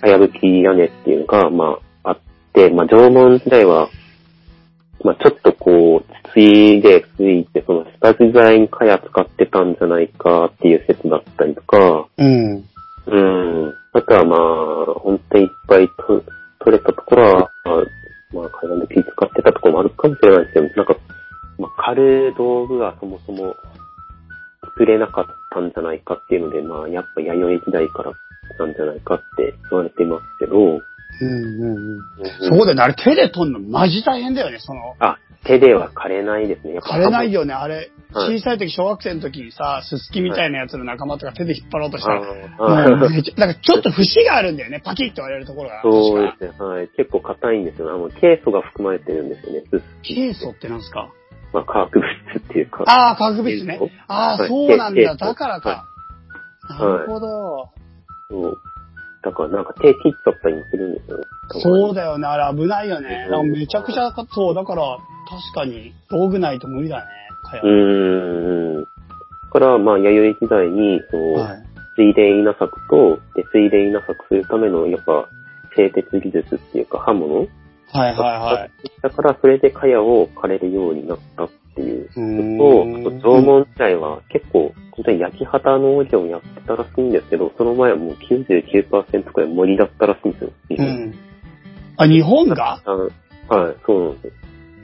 [SPEAKER 3] かやぶき屋根っていうのが、まあ、あって、まあ、縄文時代は、まあ、ちょっとこう、土でついて、その下地材にかや使ってたんじゃないかっていう説だったりとか、
[SPEAKER 1] うん。
[SPEAKER 3] うん。あとはまあ、本当にいっぱいと取れたところは、まあ、まあ、海岸で気使ってたところもあるかもしれないですけど、なんか、まあ、狩る道具がそもそも作れなかったんじゃないかっていうので、まあ、やっぱ弥生時代からなんじゃないかって言われてますけど、
[SPEAKER 1] うんうんうん。
[SPEAKER 3] うん
[SPEAKER 1] そうだよね。あれ手で取るのマジ大変だよね。その、
[SPEAKER 3] あ、手では狩れないですね。やっぱ
[SPEAKER 1] 枯れないよね。あれ、
[SPEAKER 3] はい
[SPEAKER 1] 小さい時、小学生の時にさ、ススキみたいなやつの仲間とか手で引っ張ろうとしたら、
[SPEAKER 3] あ
[SPEAKER 1] もう
[SPEAKER 3] あ
[SPEAKER 1] めちゃなんかちょっと節があるんだよね。パキッと割れるところが。
[SPEAKER 3] そう
[SPEAKER 1] 確
[SPEAKER 3] ですね。はい。結構硬いんですよね。あの、ケイ素が含まれてるんですよね。す
[SPEAKER 1] かケイ素ってなんですか
[SPEAKER 3] まあ、化学物質っていうか。
[SPEAKER 1] ああ、化学物質ね
[SPEAKER 3] ケイ素。
[SPEAKER 1] あ
[SPEAKER 3] は
[SPEAKER 1] あ、
[SPEAKER 3] い
[SPEAKER 1] そうなん
[SPEAKER 3] ケイケイ
[SPEAKER 1] だ。
[SPEAKER 3] 素
[SPEAKER 1] だからか。
[SPEAKER 3] い
[SPEAKER 1] なるほど。
[SPEAKER 3] そう。だからなんか手切っちゃったりもするんですよね。
[SPEAKER 1] そうだよね。あれ危ないよね。なんかめちゃくち
[SPEAKER 3] ゃ。
[SPEAKER 1] ゃ、そう、だから、確かに、道具ないと無理だね。か
[SPEAKER 3] うーん。だから、まあ、弥生時代に、その、
[SPEAKER 1] はい。
[SPEAKER 3] 水田稲作と、で、水田稲作するための、やっぱ、製鉄技術っていうか、刃物
[SPEAKER 1] はいはいはい。
[SPEAKER 3] だから、それで茅を枯れるようになったっていう。
[SPEAKER 1] う
[SPEAKER 3] と、
[SPEAKER 1] ーん
[SPEAKER 3] あと縄文時代は結構、本当に焼き畑農業をやってたらしいんですけど、その前はもう99%くらい森だったらしいんですよ。日
[SPEAKER 1] う
[SPEAKER 3] 本
[SPEAKER 1] ん。あ、日本が
[SPEAKER 3] あのはい、そうなんですよ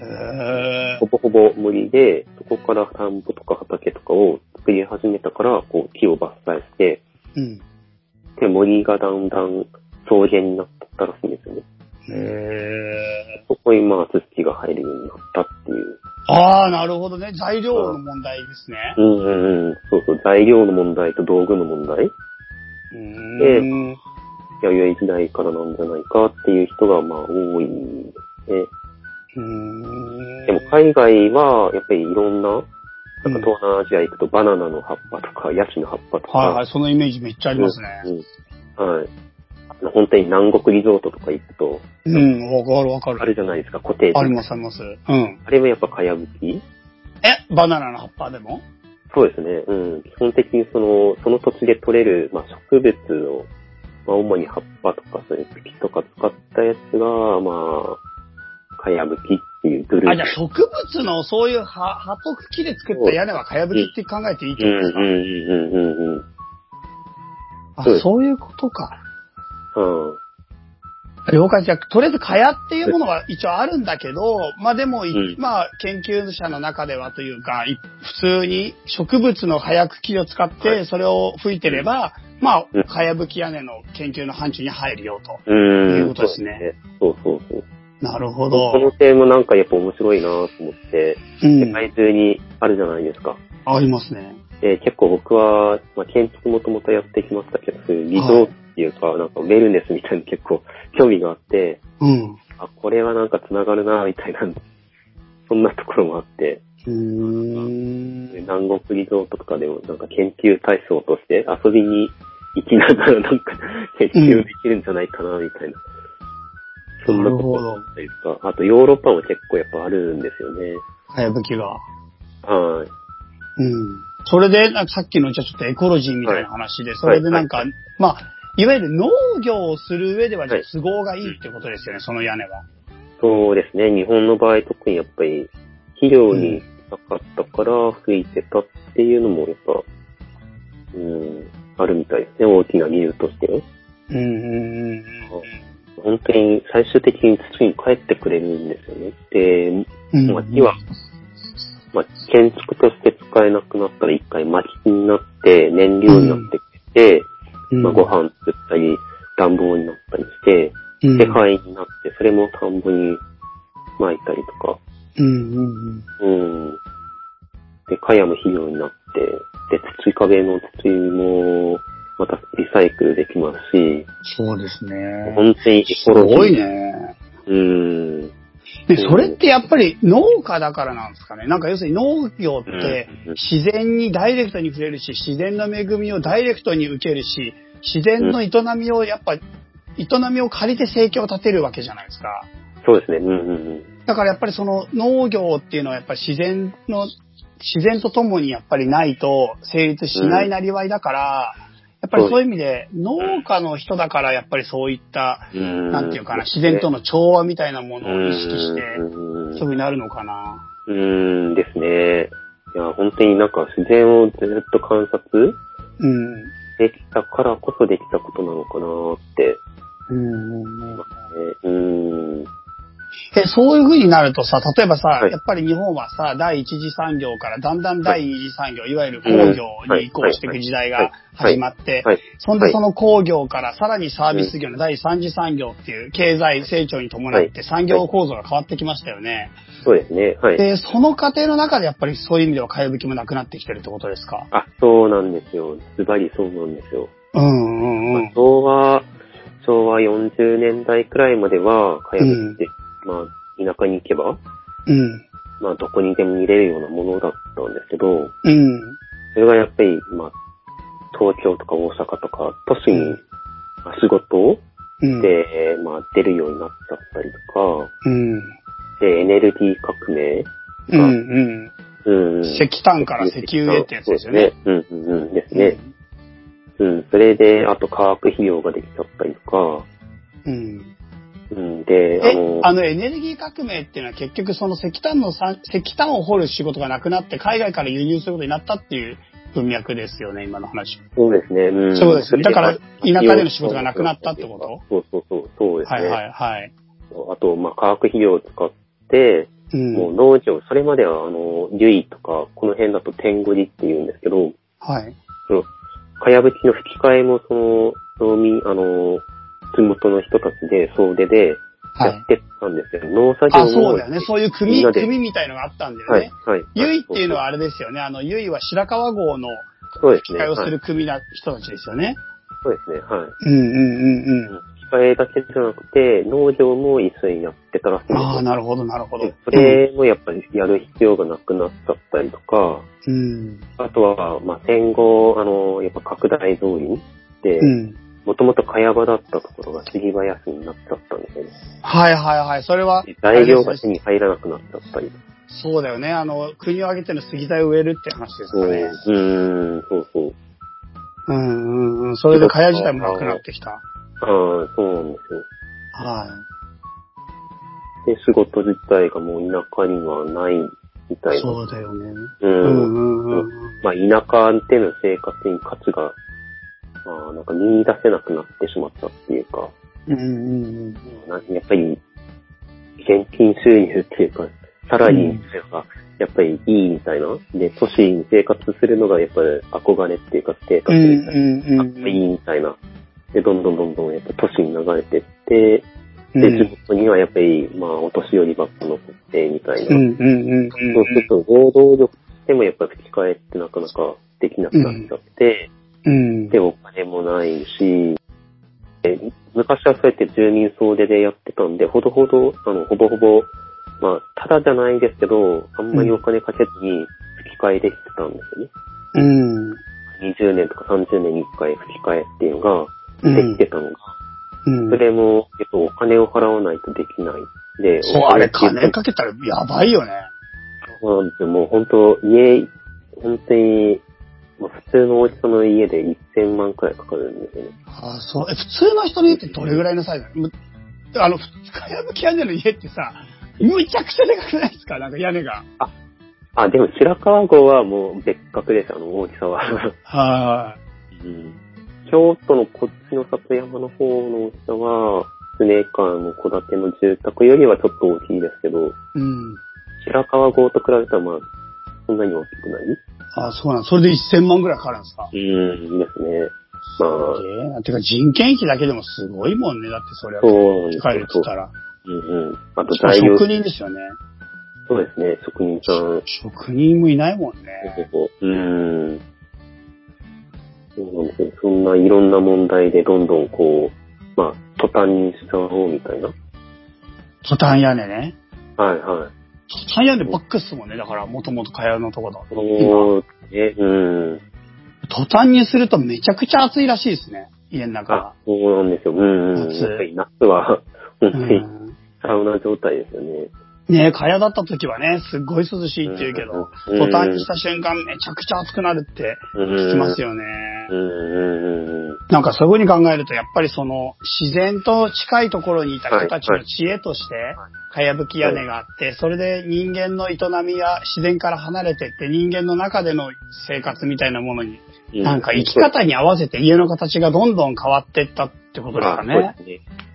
[SPEAKER 1] え
[SPEAKER 3] ほぼほぼ森で、そこから田んぼとか畑とかを作り始めたから、こう木を伐採して、
[SPEAKER 1] ーうん。
[SPEAKER 3] で、森がだんだん草原になってったらしいんですよね。
[SPEAKER 1] へ
[SPEAKER 3] そこにまあ、土が入るようになったっていう。
[SPEAKER 1] ーああ、なるほどね。材料の問題ですね。
[SPEAKER 3] うんうんうん。そうそう、材料の問題と道具の問題、
[SPEAKER 1] う
[SPEAKER 3] え
[SPEAKER 1] ーん。
[SPEAKER 3] 弥生時代からなんじゃないかっていう人がまあ、多いんですね。
[SPEAKER 1] うーん
[SPEAKER 3] でも海外は、やっぱりいろんな、なんか
[SPEAKER 1] うん
[SPEAKER 3] 東南アジア行くとバナナの葉っぱとか、ヤシの葉っぱとか、
[SPEAKER 1] はいはい、そのイメージめっちゃありますね。
[SPEAKER 3] うん。はい。本当に南国リゾートとか行くと、
[SPEAKER 1] うん、わかるわか
[SPEAKER 3] あ
[SPEAKER 1] る。
[SPEAKER 3] るじゃないですか、コテージ。
[SPEAKER 1] ありますあります。うん。
[SPEAKER 3] あれもやっぱかやぶき
[SPEAKER 1] え、バナナの葉っぱでも
[SPEAKER 3] そうですね。うん。基本的にその、その土地で取れる、まあ、植物の、まあ、主に葉っぱとか、そういう茎とか使ったやつが、まあ、かやぶきっていうグル
[SPEAKER 1] あ、
[SPEAKER 3] ー
[SPEAKER 1] じ
[SPEAKER 3] プ
[SPEAKER 1] ゃあ。植物のそういう葉、葉と茎で作った屋根はかやぶきって考えていいって
[SPEAKER 3] うん
[SPEAKER 1] ことです
[SPEAKER 3] う
[SPEAKER 1] か、
[SPEAKER 3] んうんうんうんそうで
[SPEAKER 1] あ、
[SPEAKER 3] す
[SPEAKER 1] そういうことか。
[SPEAKER 3] うん。
[SPEAKER 1] 了解じゃあ、とりあえずかやっていうものは一応あるんだけど、まあでもい、
[SPEAKER 3] うん
[SPEAKER 1] まあ研究者の中ではというか、い普通に植物の葉や茎を使っ
[SPEAKER 3] は
[SPEAKER 1] てそれを吹いてれば、ま
[SPEAKER 3] うん
[SPEAKER 1] あ、かやぶき屋根の研究の範疇に入るよと。
[SPEAKER 3] うん。
[SPEAKER 1] いうことですね
[SPEAKER 3] そうそうそう。
[SPEAKER 1] なるほ
[SPEAKER 3] この
[SPEAKER 1] ど。
[SPEAKER 3] 点もなんかやっぱ面白いなと思って、
[SPEAKER 1] うん
[SPEAKER 3] 世。界中にあるじゃないですか。
[SPEAKER 1] ありますね。
[SPEAKER 3] えー結構僕は、まあ、建築もともとやってきましたけど、そういうリゾートっていうか、なんかウェルネスみたいに結構興味があって、
[SPEAKER 1] うん。
[SPEAKER 3] あ、これはなんか繋がるな、みたいな、 <laughs> そんなところもあって、
[SPEAKER 1] うーん。
[SPEAKER 3] 南国リゾートとかでもなんか研究対象として遊びに行きながらなんか <laughs> 研究できるんじゃないかな、みたいな。そんな
[SPEAKER 1] なる
[SPEAKER 3] こと
[SPEAKER 1] ほど
[SPEAKER 3] 思ったりとか、あとヨーロッパも結構やっぱあるんですよね。
[SPEAKER 1] かやぶきが。
[SPEAKER 3] はい。
[SPEAKER 1] うん。それで、なんかさっきのじゃあちょっとエコロジーみたいな話で、それでなんか、まあ、いわゆる農業をする上では、じゃあ
[SPEAKER 3] はい
[SPEAKER 1] 都合がいいってことですよね、その屋根は。
[SPEAKER 3] そうですね。日本の場合特にやっぱり肥料になかったから吹いてたっていうのもやっぱ、うん、あるみたいですね。大きな理由として。
[SPEAKER 1] うんうんうん
[SPEAKER 3] 本当に最終的に土に帰ってくれるんですよね。で、
[SPEAKER 1] うん。うん
[SPEAKER 3] まあ、木は、まあ、建築として使えなくなったら一回薪になって燃料になってきて、まあ、ご。飯作ったり暖房になったりして、
[SPEAKER 1] うん
[SPEAKER 3] で、灰になって、それも田んぼに撒いたりとか、
[SPEAKER 1] うんうんうん。
[SPEAKER 3] うん。で、かやも肥料になって、で、土壁の土も、またリサイクルできますし、
[SPEAKER 1] そうですね。
[SPEAKER 3] 本当にエ
[SPEAKER 1] す
[SPEAKER 3] コロジー。
[SPEAKER 1] ごいね。
[SPEAKER 3] うん。
[SPEAKER 1] で、それってやっぱり農家だからなんですかね。なんか要するに農業って
[SPEAKER 3] うん
[SPEAKER 1] 自然にダイレクトに触れるし、自然の恵みをダイレクトに受けるし、自然の営みをやっぱ、営みを借りて生計を立てるわけじゃないですか。
[SPEAKER 3] そうですね。うんうんうん。
[SPEAKER 1] だからやっぱりその農業っていうのはやっぱり自然の、自然とともにやっぱりないと成立しないなりわいだから、やっぱりそういう意味で農家の人だからやっぱりそういった、な
[SPEAKER 3] なん
[SPEAKER 1] ていうかな、自然との調和みたいなものを意識して、
[SPEAKER 3] うん
[SPEAKER 1] そうになるのかな。
[SPEAKER 3] うーんですね。いや、本当になんか自然をずっと観察
[SPEAKER 1] うん。
[SPEAKER 3] できたからこそできたことなのかなーって。
[SPEAKER 1] うん
[SPEAKER 3] ねうーん。
[SPEAKER 1] えそういう風になるとさ、例えばさ、
[SPEAKER 3] はい
[SPEAKER 1] やっぱり日本はさ、第一次産業からだんだん第二次産業、いわゆる工業に移行していく時代が始まって、
[SPEAKER 3] はい。
[SPEAKER 1] そん
[SPEAKER 3] は
[SPEAKER 1] で
[SPEAKER 3] い
[SPEAKER 1] その工業からさらにサービス業の第三次産業っていう経済成長に伴って産業構造が変わってきましたよね。
[SPEAKER 3] そうですね。はい。
[SPEAKER 1] で、その過程の中でやっぱりそういう意味では買い向きもなくなってきてるってことですか
[SPEAKER 3] あ、そうなんですよ。ズバリそうなんですよ。
[SPEAKER 1] うんうんうん。
[SPEAKER 3] 昭和、昭和40年代くらいまでは、かやぶって、まあ、田舎に行けば、
[SPEAKER 1] うん。
[SPEAKER 3] まあ、どこにでも見れるようなものだったんですけど、
[SPEAKER 1] うん。
[SPEAKER 3] それがやっぱり、まあ、東京とか大阪とか、都市に、まあ仕事を
[SPEAKER 1] うん。
[SPEAKER 3] で、まあ、出るようになっちゃったりとか、
[SPEAKER 1] うん。
[SPEAKER 3] で、エネルギー革命
[SPEAKER 1] うん。
[SPEAKER 3] が、
[SPEAKER 1] うん。
[SPEAKER 3] うん。
[SPEAKER 1] 石炭から石油へってやつですよね。
[SPEAKER 3] そうですね。うんうんうん。ですね。うん。それで、あと化学肥料ができちゃったりとか、
[SPEAKER 1] うん。
[SPEAKER 3] うん。で、あ
[SPEAKER 1] え
[SPEAKER 3] の、
[SPEAKER 1] あのエネルギー革命っていうのは結局その石炭の産石炭を掘る仕事がなくなって海外から輸入することになったっていう文脈ですよね、今の話。
[SPEAKER 3] そうですね。うん。
[SPEAKER 1] そうですねだから
[SPEAKER 3] そ
[SPEAKER 1] 田
[SPEAKER 3] れ
[SPEAKER 1] 舎での仕事がなくなったってこと
[SPEAKER 3] そうそうそう。そうです
[SPEAKER 1] は
[SPEAKER 3] ね。
[SPEAKER 1] いはいはい。
[SPEAKER 3] あと、まあ、化学肥料を使って、
[SPEAKER 1] うん。
[SPEAKER 3] もう農場、それまでは、あの、ユイとか、この辺だと天ゴリって言うんですけど、
[SPEAKER 1] はい。
[SPEAKER 3] その、かやぶきの吹き替えも、その、農民、あの、地元の人たちで、総出で、
[SPEAKER 1] は
[SPEAKER 3] や
[SPEAKER 1] い
[SPEAKER 3] っ。てたんですよ。農作業
[SPEAKER 1] あ、
[SPEAKER 3] も。
[SPEAKER 1] そうだよね。そういう
[SPEAKER 3] み
[SPEAKER 1] 組
[SPEAKER 3] んな、で
[SPEAKER 1] 組みたいのがあったんだよ
[SPEAKER 3] は
[SPEAKER 1] ね
[SPEAKER 3] い。、はい。
[SPEAKER 1] ユイっていうのはあれですよね。あの、ユイは白川郷の
[SPEAKER 3] そうです
[SPEAKER 1] 機
[SPEAKER 3] ね。
[SPEAKER 1] 械をす
[SPEAKER 3] はい
[SPEAKER 1] る組な人たちですよね。
[SPEAKER 3] そうですね。はい。
[SPEAKER 1] うんうんうんう
[SPEAKER 3] 機械だけじゃなくて、農業も一緒にやってたらしいんです
[SPEAKER 1] ん。
[SPEAKER 3] よ
[SPEAKER 1] ああ、なるほどなるほど。
[SPEAKER 3] それもやっぱりやる必要がなくなっちゃったりとか、
[SPEAKER 1] うん。
[SPEAKER 3] あとは、まあ、戦後、あの、やっぱ拡大増員で
[SPEAKER 1] う、ん。
[SPEAKER 3] もともと茅場だったところが杉林になっちゃったんですよね。
[SPEAKER 1] はいはいはい。それは、
[SPEAKER 3] 材料が手に入らなくなっちゃったりとか。
[SPEAKER 1] そうだよね。あの、国を挙げての杉材を植えるって話です
[SPEAKER 3] そ
[SPEAKER 1] か
[SPEAKER 3] う
[SPEAKER 1] ね。
[SPEAKER 3] うーん、そうそう。
[SPEAKER 1] うんうんうん。それで蚊帳自体もなくなってきた。
[SPEAKER 3] ああ、そうなんですよ。
[SPEAKER 1] はい。
[SPEAKER 3] で、仕事自体がもう田舎にはないみたいな。
[SPEAKER 1] そうだよね。
[SPEAKER 3] う。
[SPEAKER 1] うんんうんうん。
[SPEAKER 3] まあ、田舎での生活に価値が、まあ、なんか見出せなくなってしまったっていうか、
[SPEAKER 1] うんうんうん。
[SPEAKER 3] なやっぱり、現金収入っていうか、サラリーっていうのが、やっぱりいいみたいな。で、都市に生活するのが、やっぱり憧れっていうか、生
[SPEAKER 1] う
[SPEAKER 3] 活みたい
[SPEAKER 1] んうん
[SPEAKER 3] な。
[SPEAKER 1] う
[SPEAKER 3] かっ
[SPEAKER 1] ん。
[SPEAKER 3] こいいみたいな。で、どんどんどんどん、やっぱ都市に流れてって、
[SPEAKER 1] う
[SPEAKER 3] で、地
[SPEAKER 1] ん
[SPEAKER 3] 元にはやっぱり、まあ、お年寄りばっか残って、みたいな。
[SPEAKER 1] うんうんうん
[SPEAKER 3] そうすると、労働力でもやっぱり吹き替えってなかなかできなくなっちゃって、
[SPEAKER 1] うん。
[SPEAKER 3] で、お金もないし、で昔はそうやって住民総出でやってたんで、ほどほど、あの、ほぼほぼ、まあ、ただじゃないですけど、あんまりお金かけずに吹き替えできてたんですよね。
[SPEAKER 1] うん。
[SPEAKER 3] 20年とか30年に1回吹き替えっていうの
[SPEAKER 1] う
[SPEAKER 3] がで
[SPEAKER 1] ん
[SPEAKER 3] きてたのが、
[SPEAKER 1] うん
[SPEAKER 3] そ。れも、やっぱお金を払わないとできない。で、
[SPEAKER 1] そう、
[SPEAKER 3] お
[SPEAKER 1] あ
[SPEAKER 3] 金
[SPEAKER 1] れ
[SPEAKER 3] っていうの
[SPEAKER 1] 金かけたらやばいよね。
[SPEAKER 3] そうなんですよ。もう本当、家、本当に、まあ普通の大きさの家で1000万くらいかかるんですよね。
[SPEAKER 1] ああ、そう。え、普通の人の家ってどれぐらいのサイズなのむあの、二日屋き屋根の家ってさ、むちゃくちゃでかくないですかなんか屋根が。
[SPEAKER 3] あ、でも白川郷はもう別格です、あの大きさは。
[SPEAKER 1] は
[SPEAKER 3] うん京都のこっちの里山の方の大きさは、スネーカーの戸建ての住宅よりはちょっと大きいですけど、
[SPEAKER 1] い。うん。
[SPEAKER 3] 白川郷と比べたらまあ、そんなに大きくない
[SPEAKER 1] あ、そうなんそれで1000万ぐらいかかるんですか
[SPEAKER 3] うん、ですね。まあ、
[SPEAKER 1] すげえな。てか人件費だけでもすごいもんね。だってそれは。
[SPEAKER 3] そうなんです
[SPEAKER 1] 帰るっ
[SPEAKER 3] よ
[SPEAKER 1] つった。ら。
[SPEAKER 3] うんうん。あと
[SPEAKER 1] しかも
[SPEAKER 3] 材料、
[SPEAKER 1] 職人ですよね。
[SPEAKER 3] そうですね、職人さん。
[SPEAKER 1] 職人もいないもんね。
[SPEAKER 3] うーん。そうなんですよ。そんないろんな問題でどんどんこう、まあ、途端にしちゃおうみたいな。
[SPEAKER 1] トタン屋根ね。
[SPEAKER 3] はいはい。
[SPEAKER 1] タイヤでばっかっすもんね。だから、もともと会話のとこだ。
[SPEAKER 3] おー、え、うん。
[SPEAKER 1] 途端にするとめちゃくちゃ暑いらしいですね。家の中
[SPEAKER 3] あ
[SPEAKER 1] が。、
[SPEAKER 3] そうなんですよ。うんうん。
[SPEAKER 1] 夏
[SPEAKER 3] やっぱり夏は、本
[SPEAKER 1] う
[SPEAKER 3] 当に
[SPEAKER 1] ん
[SPEAKER 3] サウナ状態ですよね。
[SPEAKER 1] ねえ、蚊帳だった時はね、すっごい涼しいって言うけど、
[SPEAKER 3] うん
[SPEAKER 1] 途端にした瞬間めちゃくちゃ暑くなるって聞きますよね。
[SPEAKER 3] うんうんうん。
[SPEAKER 1] なんかそういうふうに考えると、やっぱりその自然と近いところにいた人たちの知恵として、かやぶき屋根があって、それで人間の営みや自然から離れてって人間の中での生活みたいなものに、
[SPEAKER 3] う
[SPEAKER 1] なんか生き方に合わせて家の形がどんどん変わっていったってことですか
[SPEAKER 3] あ
[SPEAKER 1] ね。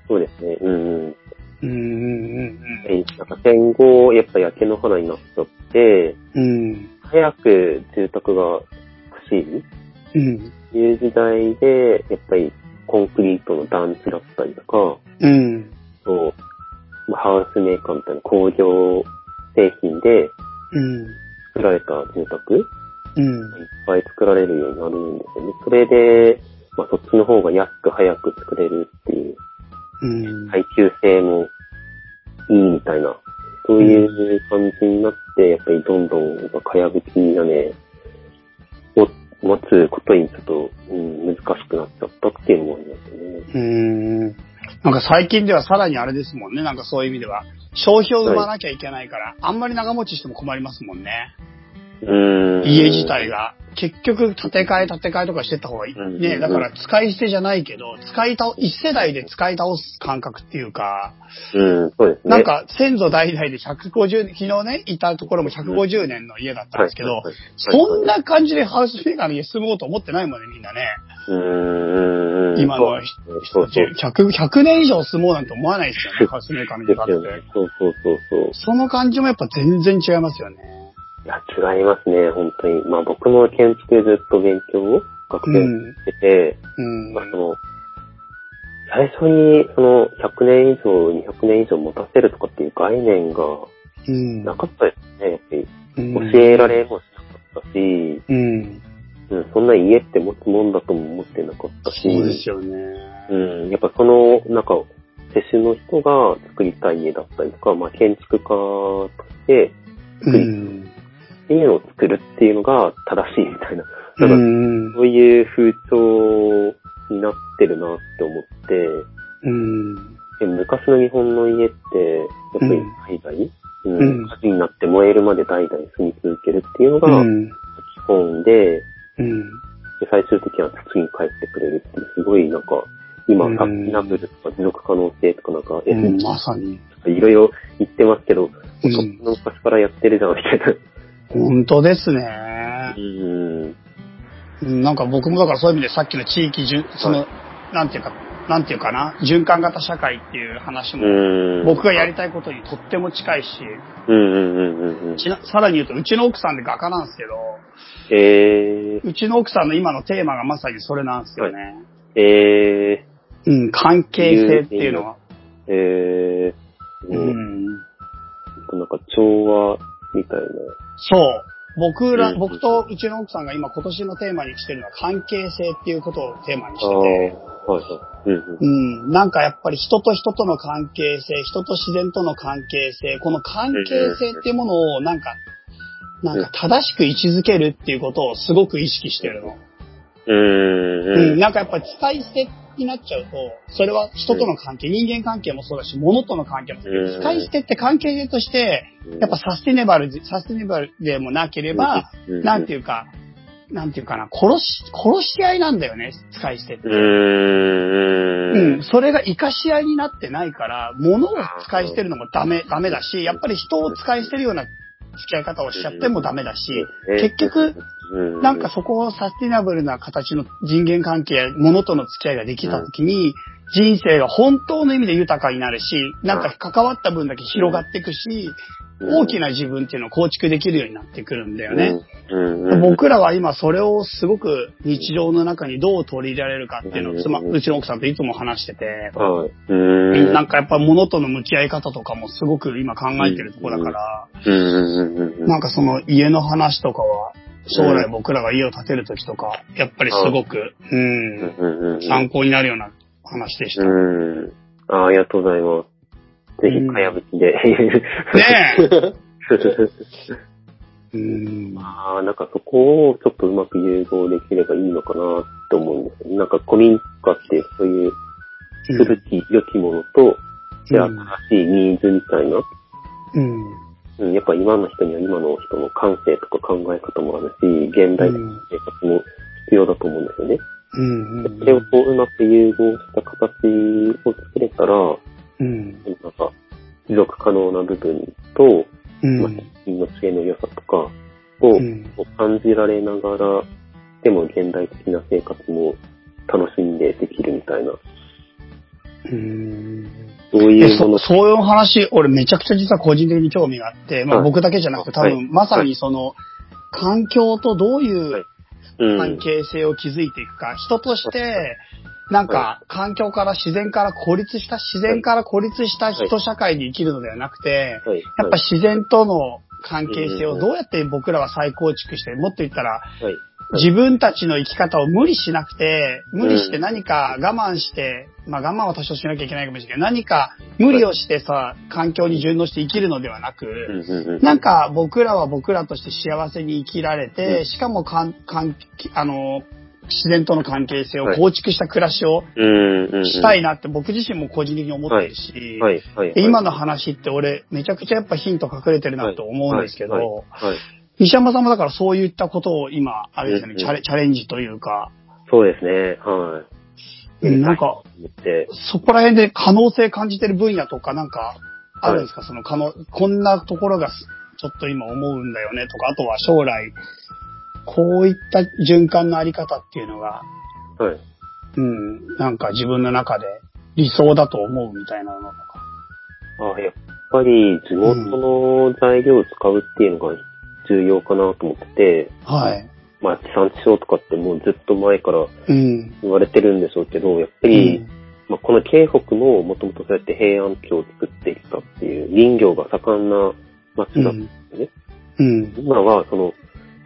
[SPEAKER 3] そうですね。そうですね。うんうん。
[SPEAKER 1] うんうん
[SPEAKER 3] えなんか戦後、やっぱ焼け野原になっちゃって、
[SPEAKER 1] うんうん。
[SPEAKER 3] 早く住宅が欲しい
[SPEAKER 1] うん。うん。
[SPEAKER 3] という時代で、やっぱりコンクリートの団地だったりとか、
[SPEAKER 1] うん。
[SPEAKER 3] そう、まあハウスメーカーみたいな工業製品で
[SPEAKER 1] うん。
[SPEAKER 3] 作られた住宅いっ
[SPEAKER 1] うん。
[SPEAKER 3] ぱい作られるようになるんですよね。それで、まあ、そっちの方が安く早く作れるっていう、
[SPEAKER 1] うん。
[SPEAKER 3] 耐久性もいいみたいな、そういう感じになって、やっぱりどんどん、やっぱかやぶき屋根を持つことにちょっと、うん、難しくなっちゃったっていうのもありますよね。
[SPEAKER 1] うん。なんか最近ではさらにあれですもんね。なんかそういう意味では。消費を生まなきゃいけないから、あんまり長持ちしても困りますもんね。
[SPEAKER 3] うん。
[SPEAKER 1] 家自体が。結局、建て替え建て替えとかしてった方がいい。
[SPEAKER 3] うん
[SPEAKER 1] ねだから使い捨てじゃないけど、使い倒、一世代で使い倒す感覚っていうか、
[SPEAKER 3] うん、そうですね。
[SPEAKER 1] なんか先祖代々で150、昨日ね、いたところも150年の家だったん
[SPEAKER 3] はい、
[SPEAKER 1] ですけど
[SPEAKER 3] は、い、
[SPEAKER 1] そんな感じでハウスメーカーの家住もうと思ってないもんね、みんなね。
[SPEAKER 3] うん、
[SPEAKER 1] 今の人
[SPEAKER 3] そうそう。
[SPEAKER 1] 100、100年以上住もうなんて思わないです
[SPEAKER 3] <laughs>
[SPEAKER 1] よね、ハウスメーカーみた
[SPEAKER 3] で
[SPEAKER 1] いな
[SPEAKER 3] すよね。そうそうそうそう。
[SPEAKER 1] その感じもやっぱ全然違いますよね。
[SPEAKER 3] いや、違いますね、本当に。まあ僕も建築ずっと勉強を学生してて、
[SPEAKER 1] うん
[SPEAKER 3] まあ。その、最初にその100年以上、200年以上持たせるとかっていう概念が
[SPEAKER 1] うん。
[SPEAKER 3] なかったですね、やっぱり。
[SPEAKER 1] うん
[SPEAKER 3] 教えられもしなかったし、
[SPEAKER 1] うん。
[SPEAKER 3] うん、そんな家って持つもんだとも思ってなかったし、
[SPEAKER 1] そうですよね。
[SPEAKER 3] うん、やっぱその、なんか、世襲の人が作りたい家だったりとか、まあ建築家として、
[SPEAKER 1] うん。
[SPEAKER 3] 家を作るっていうのが正しいみたいな。
[SPEAKER 1] う
[SPEAKER 3] なんか
[SPEAKER 1] ん。
[SPEAKER 3] そういう風潮になってるなって思って、
[SPEAKER 1] うん。
[SPEAKER 3] で昔の日本の家って、やっぱり代々、うん
[SPEAKER 1] うん
[SPEAKER 3] 火事になって燃えるまで代々住み続けるっていうの
[SPEAKER 1] う
[SPEAKER 3] が
[SPEAKER 1] ん。
[SPEAKER 3] 基本で、
[SPEAKER 1] うん。
[SPEAKER 3] で最終的には土に帰ってくれるっていう、すごいなんか、今、
[SPEAKER 1] うん
[SPEAKER 3] サスティナブルとか持続可能性とかなんか、
[SPEAKER 1] う
[SPEAKER 3] SDGs
[SPEAKER 1] ん。
[SPEAKER 3] と
[SPEAKER 1] まさに。
[SPEAKER 3] かいろいろ言ってますけど、
[SPEAKER 1] う
[SPEAKER 3] そ
[SPEAKER 1] ん
[SPEAKER 3] ん。な昔からやってるじゃんみたいな。
[SPEAKER 1] 本当ですね
[SPEAKER 3] う。ん。
[SPEAKER 1] うんなんか僕もだからそういう意味でさっきの地域順、その、なんていうか、なんていうかな、循環型社会っていう話も、
[SPEAKER 3] うん。
[SPEAKER 1] 僕がやりたいことにとっても近いし、
[SPEAKER 3] うんうんうんうんうん。
[SPEAKER 1] ちなさらに言うと、うちの奥さんで画家なんですけど、
[SPEAKER 3] えー、
[SPEAKER 1] うちの奥さんの今のテーマがまさにそれなんですよね。
[SPEAKER 3] えー。
[SPEAKER 1] うん、関係性っていうのは。
[SPEAKER 3] えー、
[SPEAKER 1] う
[SPEAKER 3] うん、
[SPEAKER 1] ん、
[SPEAKER 3] なんか調和みたいな。
[SPEAKER 1] そう。僕ら、
[SPEAKER 3] うん
[SPEAKER 1] 僕とうちの奥さんが今今年のテーマにしてるのは関係性っていうことをテーマにし
[SPEAKER 3] ああ
[SPEAKER 1] て
[SPEAKER 3] ー、はい
[SPEAKER 1] て、
[SPEAKER 3] はい。うんうん。
[SPEAKER 1] うん、なんかやっぱり人と人との関係性、人と自然との関係性、この関係性っていうものをなんか、なんか正しく位置づけるっていうことをすごく意識してるの。
[SPEAKER 3] う
[SPEAKER 1] うん、
[SPEAKER 3] ん、うん。
[SPEAKER 1] なんかやっぱり使い捨てになっちゃうと、それは人との関係、人間関係もそうだし、物との関係もそうだけ
[SPEAKER 3] う
[SPEAKER 1] ど、
[SPEAKER 3] ん
[SPEAKER 1] 使い捨てって関係として、やっぱサスティネバルじ、サスティネバルでもなければ、
[SPEAKER 3] うん、
[SPEAKER 1] なんて
[SPEAKER 3] いう
[SPEAKER 1] いうか、なんていうかな、殺し、殺し合いなんだよね、使い捨てって。
[SPEAKER 3] ん。
[SPEAKER 1] う、
[SPEAKER 3] うんん。
[SPEAKER 1] それが生かし合いになってないから、物を使い捨てるのもダメ、ダメだし、やっぱり人を使い捨てるような付き合い方をしちゃってもダメだし、結局、
[SPEAKER 3] う
[SPEAKER 1] なんか、そこをサスティナブルな形の人間関係や物との付き合いができたときに、人生が本当の意味で豊かになるし、なんか関わった分だけ広がっていくし、大き
[SPEAKER 3] な
[SPEAKER 1] な自分っていうのを構築できるようになってくるんだよね。。
[SPEAKER 3] うん。うん、
[SPEAKER 1] 僕らは今それをすごく日常の中にどう取り入れられるかっていうのをつま、
[SPEAKER 3] うん
[SPEAKER 1] うちの奥さんといつも話してて、
[SPEAKER 3] はい。うん。
[SPEAKER 1] なん
[SPEAKER 3] か、
[SPEAKER 1] かやっぱ物との向き合い方とかもすごく今考えてるとこだから、
[SPEAKER 3] うんうんうんうん。
[SPEAKER 1] なんかその家の話とかは、将来
[SPEAKER 3] うん
[SPEAKER 1] 僕らが家を建てるときとか、やっぱりすごく、う
[SPEAKER 3] うん
[SPEAKER 1] ん、
[SPEAKER 3] うんうん。
[SPEAKER 1] 参考になるような話でした。
[SPEAKER 3] うん。ああ、ありがとうございます。ぜひ、かやぶきで。 <laughs>
[SPEAKER 1] ね
[SPEAKER 3] え。 <laughs>
[SPEAKER 1] うん。
[SPEAKER 3] まあ、なんかそこをちょっとうまく融合できればいいのかなって思うんですよね。なんか古民家ってそういう古き良きものと、で
[SPEAKER 1] う
[SPEAKER 3] 新
[SPEAKER 1] ん
[SPEAKER 3] しいニーズみたいな、
[SPEAKER 1] うん。
[SPEAKER 3] うん、やっぱ今の人には今の人の感性とか考え方もあるし、現代的な生活も必要だと思うんですよね。
[SPEAKER 1] うん。うん
[SPEAKER 3] それをこううまく融合した形を作れたら、
[SPEAKER 1] うん。
[SPEAKER 3] なんか持続可能な部分と、
[SPEAKER 1] うん。
[SPEAKER 3] まあ、品の性の良さとかを
[SPEAKER 1] うん
[SPEAKER 3] こう感じられながら、でも現代的な生活も楽しんでできるみたいな、
[SPEAKER 1] うん。
[SPEAKER 3] そうい
[SPEAKER 1] で
[SPEAKER 3] うも
[SPEAKER 1] そ
[SPEAKER 3] の。
[SPEAKER 1] そういう話、俺めちゃくちゃ実は個人的に興味があって、まあ
[SPEAKER 3] はい
[SPEAKER 1] 僕だけじゃなくて多
[SPEAKER 3] はい
[SPEAKER 1] 分まさにその環境とどうい
[SPEAKER 3] はいううん
[SPEAKER 1] 関係性を築いていくか、人としてなんか環境から自然から孤立した、自然から孤立した人社会に生きるのではなくて、
[SPEAKER 3] はい
[SPEAKER 1] やっぱ自然との関係性
[SPEAKER 3] う
[SPEAKER 1] を
[SPEAKER 3] ん
[SPEAKER 1] どうやって僕らは再構築して、もっと言ったら
[SPEAKER 3] はい
[SPEAKER 1] 自分たちの生き方を無理しなくて、無理して何か我慢して、まあ我慢は多少しなきゃいけないかもしれないけど、何か無理をしてさ、環境に順応して生きるのではな
[SPEAKER 3] うん
[SPEAKER 1] く、
[SPEAKER 3] うんうん
[SPEAKER 1] なんか僕らは僕らとして幸せに生きられ
[SPEAKER 3] う
[SPEAKER 1] て、
[SPEAKER 3] ん
[SPEAKER 1] しかもかん、かん、あの、自然との関係性を構築した暮らしを
[SPEAKER 3] うんうんうん
[SPEAKER 1] したいなって僕自身も個人的に思ってるし、
[SPEAKER 3] はいはいはい
[SPEAKER 1] で今の話って俺めちゃくちゃやっぱヒント隠れてるなと思うんですけど、
[SPEAKER 3] はいはいはい
[SPEAKER 1] 西山さんもだからそういったことを今、あれですよね、
[SPEAKER 3] うんう
[SPEAKER 1] チ
[SPEAKER 3] ん
[SPEAKER 1] ャレチャレンジというか、
[SPEAKER 3] そうですね。はい。
[SPEAKER 1] うんなんか、
[SPEAKER 3] 言って。
[SPEAKER 1] そこら辺で可能性感じてる分野とかなんかあるんですか、その可能、こんなところがすちょっと今思うんだよねとか、あとは将来、こういった循環のあり方っていうのが、
[SPEAKER 3] はい。
[SPEAKER 1] うん、なんか自分の中で理想だと思うみたいなのとか。
[SPEAKER 3] あやっぱり地元の材料を使うっていうのが重要かなと思ってて、
[SPEAKER 1] はい。
[SPEAKER 3] まあ地産地消とかってもうずっと前から
[SPEAKER 1] うん。
[SPEAKER 3] 言われてるんでしょうけど、やっぱり、まあ、この京北ももともとそうやって平安京を作ってきたっていう林業が盛んな
[SPEAKER 1] う
[SPEAKER 3] 町だった、
[SPEAKER 1] ん。
[SPEAKER 3] ね
[SPEAKER 1] うん。
[SPEAKER 3] 今はその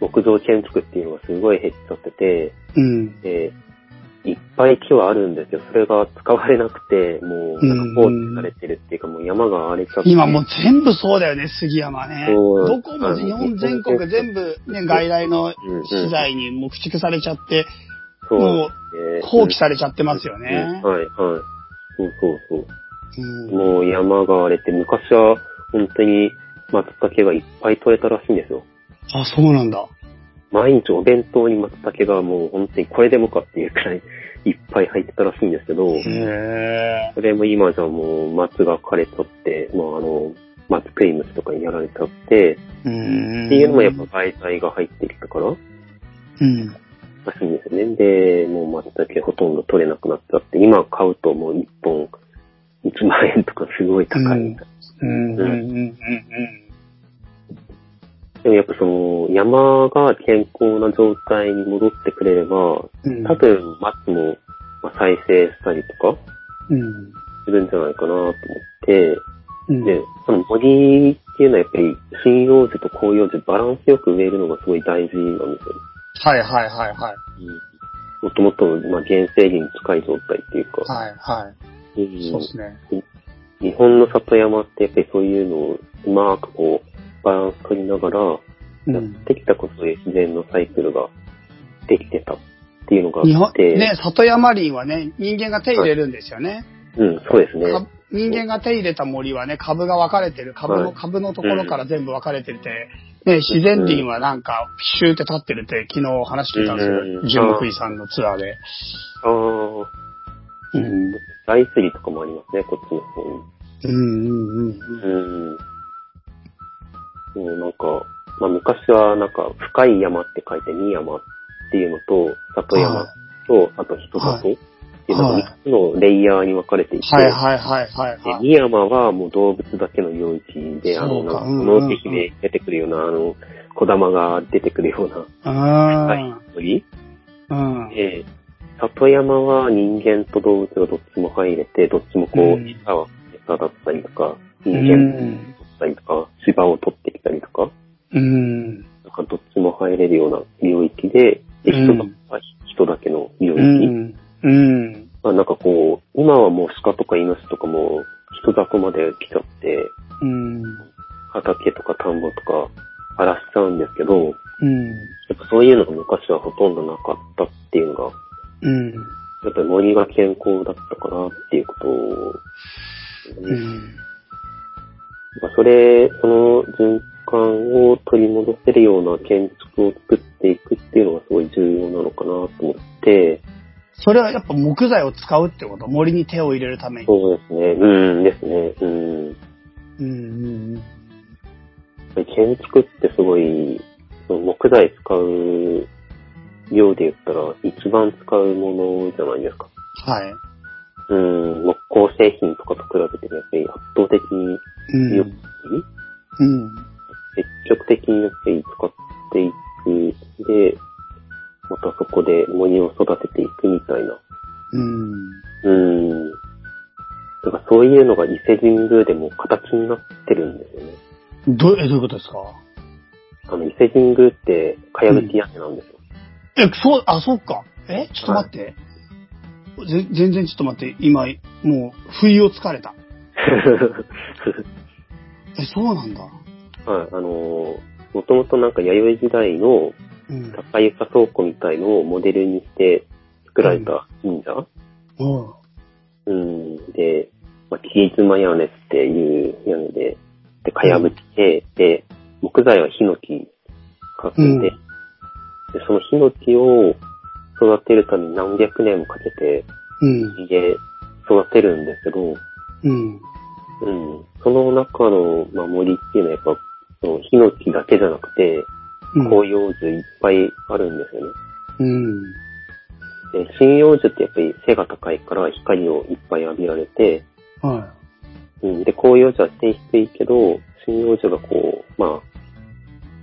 [SPEAKER 3] 木造建築っていうのがすごい減っちゃってて、
[SPEAKER 1] うん。
[SPEAKER 3] でいっぱい木はあるんですよ。それが使われなくて、もうなんか放置されてるっていうか、もう山が荒れちゃって。
[SPEAKER 1] 今もう全部そうだよね、杉山ね。
[SPEAKER 3] そう
[SPEAKER 1] どこも日本全国全部ね、外来の
[SPEAKER 3] うんうん
[SPEAKER 1] 資材にもう駆逐されちゃって、
[SPEAKER 3] そう
[SPEAKER 1] も
[SPEAKER 3] ですね
[SPEAKER 1] 放棄されちゃってますよ
[SPEAKER 3] うん
[SPEAKER 1] ね。
[SPEAKER 3] はいはい。そうそうそう。
[SPEAKER 1] うん
[SPEAKER 3] もう山が荒れて、昔は本当に松茸がいっぱい取れたらしいんですよ。
[SPEAKER 1] あ、そうなんだ。
[SPEAKER 3] 毎日お弁当に松茸がもう本当にこれでもかっていうくらいいっぱい入ってたらしいんですけど、
[SPEAKER 1] へ
[SPEAKER 3] それも今じゃもう松が枯れちゃって、まああの、松食い虫とかにやられちゃって、
[SPEAKER 1] え。
[SPEAKER 3] っていうのもやっぱ
[SPEAKER 1] う
[SPEAKER 3] 外材が入ってきたから
[SPEAKER 1] ん。
[SPEAKER 3] らしいんですよね。で、もう松茸ほとんど取れなくなっちゃって、今買うともう1本1万円とかすごい高いみたいな。
[SPEAKER 1] うん。うん。うん。うん。
[SPEAKER 3] でもやっぱその山が健康な状態に戻ってくれれば、
[SPEAKER 1] うん。
[SPEAKER 3] 多分松もまあ再生したりとか
[SPEAKER 1] うん。
[SPEAKER 3] するんじゃないかなと思って、
[SPEAKER 1] うん。
[SPEAKER 3] で、その森っていうのはやっぱり針葉樹と広葉樹バランスよく植えるのがすごい大事なんですよ。
[SPEAKER 1] はいはいはいはい。
[SPEAKER 3] もともとの、まあ、原生林に近い状態っていうか、
[SPEAKER 1] はいは
[SPEAKER 3] う
[SPEAKER 1] い。
[SPEAKER 3] ん
[SPEAKER 1] そうですね。
[SPEAKER 3] 日本の里山ってやっぱりそういうのをうまくこうバランス取りながら
[SPEAKER 1] う
[SPEAKER 3] やっ
[SPEAKER 1] ん。
[SPEAKER 3] てきたことで自然のサイクルができてたっていうのが
[SPEAKER 1] 日
[SPEAKER 3] あ
[SPEAKER 1] 本
[SPEAKER 3] っ、て、
[SPEAKER 1] ね、里山林はね、人間が手入れるんですよね。
[SPEAKER 3] うん、そうですね。
[SPEAKER 1] か人間が手入れた森はね、株が分かれてる。株
[SPEAKER 3] は
[SPEAKER 1] の、
[SPEAKER 3] い
[SPEAKER 1] 株のところから全部分かれてて、ね、自然林はなんか、シューって立ってるって昨日話聞いたんです
[SPEAKER 3] うんうん
[SPEAKER 1] よ。純木井さんのツアーで。
[SPEAKER 3] ああ、
[SPEAKER 1] うん。
[SPEAKER 3] ライスリーとかもありますね、こっちの方に。
[SPEAKER 1] うんうんうん。
[SPEAKER 3] うん。もうなんか、まあ昔はなんか、深い山って書いて、新山っていうのと、里山と、あと人里ってい
[SPEAKER 1] はい
[SPEAKER 3] うなんか3つのレイヤーに分かれていて、
[SPEAKER 1] はいはいはいはい
[SPEAKER 3] で
[SPEAKER 1] はい。
[SPEAKER 3] 新山はもう動物だけの領域で、あ
[SPEAKER 1] そ
[SPEAKER 3] の、
[SPEAKER 1] う
[SPEAKER 3] なん
[SPEAKER 1] か
[SPEAKER 3] か、
[SPEAKER 1] うん
[SPEAKER 3] 農機で出てくるような、あの、小玉が出てくるような
[SPEAKER 1] うん。
[SPEAKER 3] 鳥
[SPEAKER 1] うん。
[SPEAKER 3] で、里山は人間と動物がどっちも入れて、どっちもこ
[SPEAKER 1] う
[SPEAKER 3] う、
[SPEAKER 1] ん
[SPEAKER 3] 餌は餌だったりとか、人
[SPEAKER 1] う
[SPEAKER 3] 間だ
[SPEAKER 1] ん。
[SPEAKER 3] ったりとか、芝を取ってきたりとか、
[SPEAKER 1] うん。
[SPEAKER 3] なんかどっちも入れるような領域で、で
[SPEAKER 1] うん
[SPEAKER 3] 人だ人だけの領
[SPEAKER 1] う
[SPEAKER 3] 域。
[SPEAKER 1] ん。うん。
[SPEAKER 3] まあなんかこう、今はもう鹿とかイノシシとかも人だこまで来ちゃって、
[SPEAKER 1] うん。
[SPEAKER 3] 畑とか田んぼとか荒らしちゃうんですけど、や
[SPEAKER 1] うん。
[SPEAKER 3] っぱそういうのが昔はほとんどなかったっていうのが、
[SPEAKER 1] うん。
[SPEAKER 3] やっぱり森が健康だったかなっていうことを、
[SPEAKER 1] うん。
[SPEAKER 3] まあそれ、その循環を取り戻せるような建築を作っていくっていうのがすごい重要なのかなと思って、
[SPEAKER 1] それはやっぱ木材を使うってこと森に手を入れるために。
[SPEAKER 3] そうですね、うんですね、うん。
[SPEAKER 1] うん。うん。
[SPEAKER 3] 建築ってすごい、その木材使う量で言ったら一番使うものじゃないですか。
[SPEAKER 1] はい。
[SPEAKER 3] うん、木工製品とかと比べてやっぱり圧倒的に
[SPEAKER 1] うん。
[SPEAKER 3] 良く、
[SPEAKER 1] うん。
[SPEAKER 3] 積極的にやっぱり使っていく。で、またそこで森を育てていくみたいな。
[SPEAKER 1] うん。
[SPEAKER 3] うん。なんかそういうのが伊勢神宮でも形になってるんですよね。
[SPEAKER 1] どう、え、どういうことですか
[SPEAKER 3] あの、伊勢神宮って、かやぶき屋根なんですよ。 <laughs>
[SPEAKER 1] え、そう、あ、そっか。えちょっと待って。ぜ全然ちょっと待って。今、もう、不意をつかれた。え、そうなんだ。
[SPEAKER 3] はい、あのもともとなんか弥生時代の
[SPEAKER 1] うん。
[SPEAKER 3] 高床倉庫みたいのをモデルにして作られた神社、
[SPEAKER 1] おう
[SPEAKER 3] うん、で、まあ、切妻屋根っていう屋根で、で、かやぶきで、で、木材はヒノキかけて、
[SPEAKER 1] うん
[SPEAKER 3] で、そのヒノキを育てるために何百年もかけて、
[SPEAKER 1] うん。
[SPEAKER 3] で、育てるんですけど、
[SPEAKER 1] うん。
[SPEAKER 3] うん、その中の、まあ、森っていうのはやっぱ、そのヒノキだけじゃなくて、
[SPEAKER 1] うん。
[SPEAKER 3] 広葉樹いっぱいあるんですよね。
[SPEAKER 1] うん。
[SPEAKER 3] で、針葉樹ってやっぱり背が高いから光をいっぱい浴びられて、
[SPEAKER 1] は
[SPEAKER 3] うん、で、広葉樹は背低いけど、針葉樹がこう、まあ、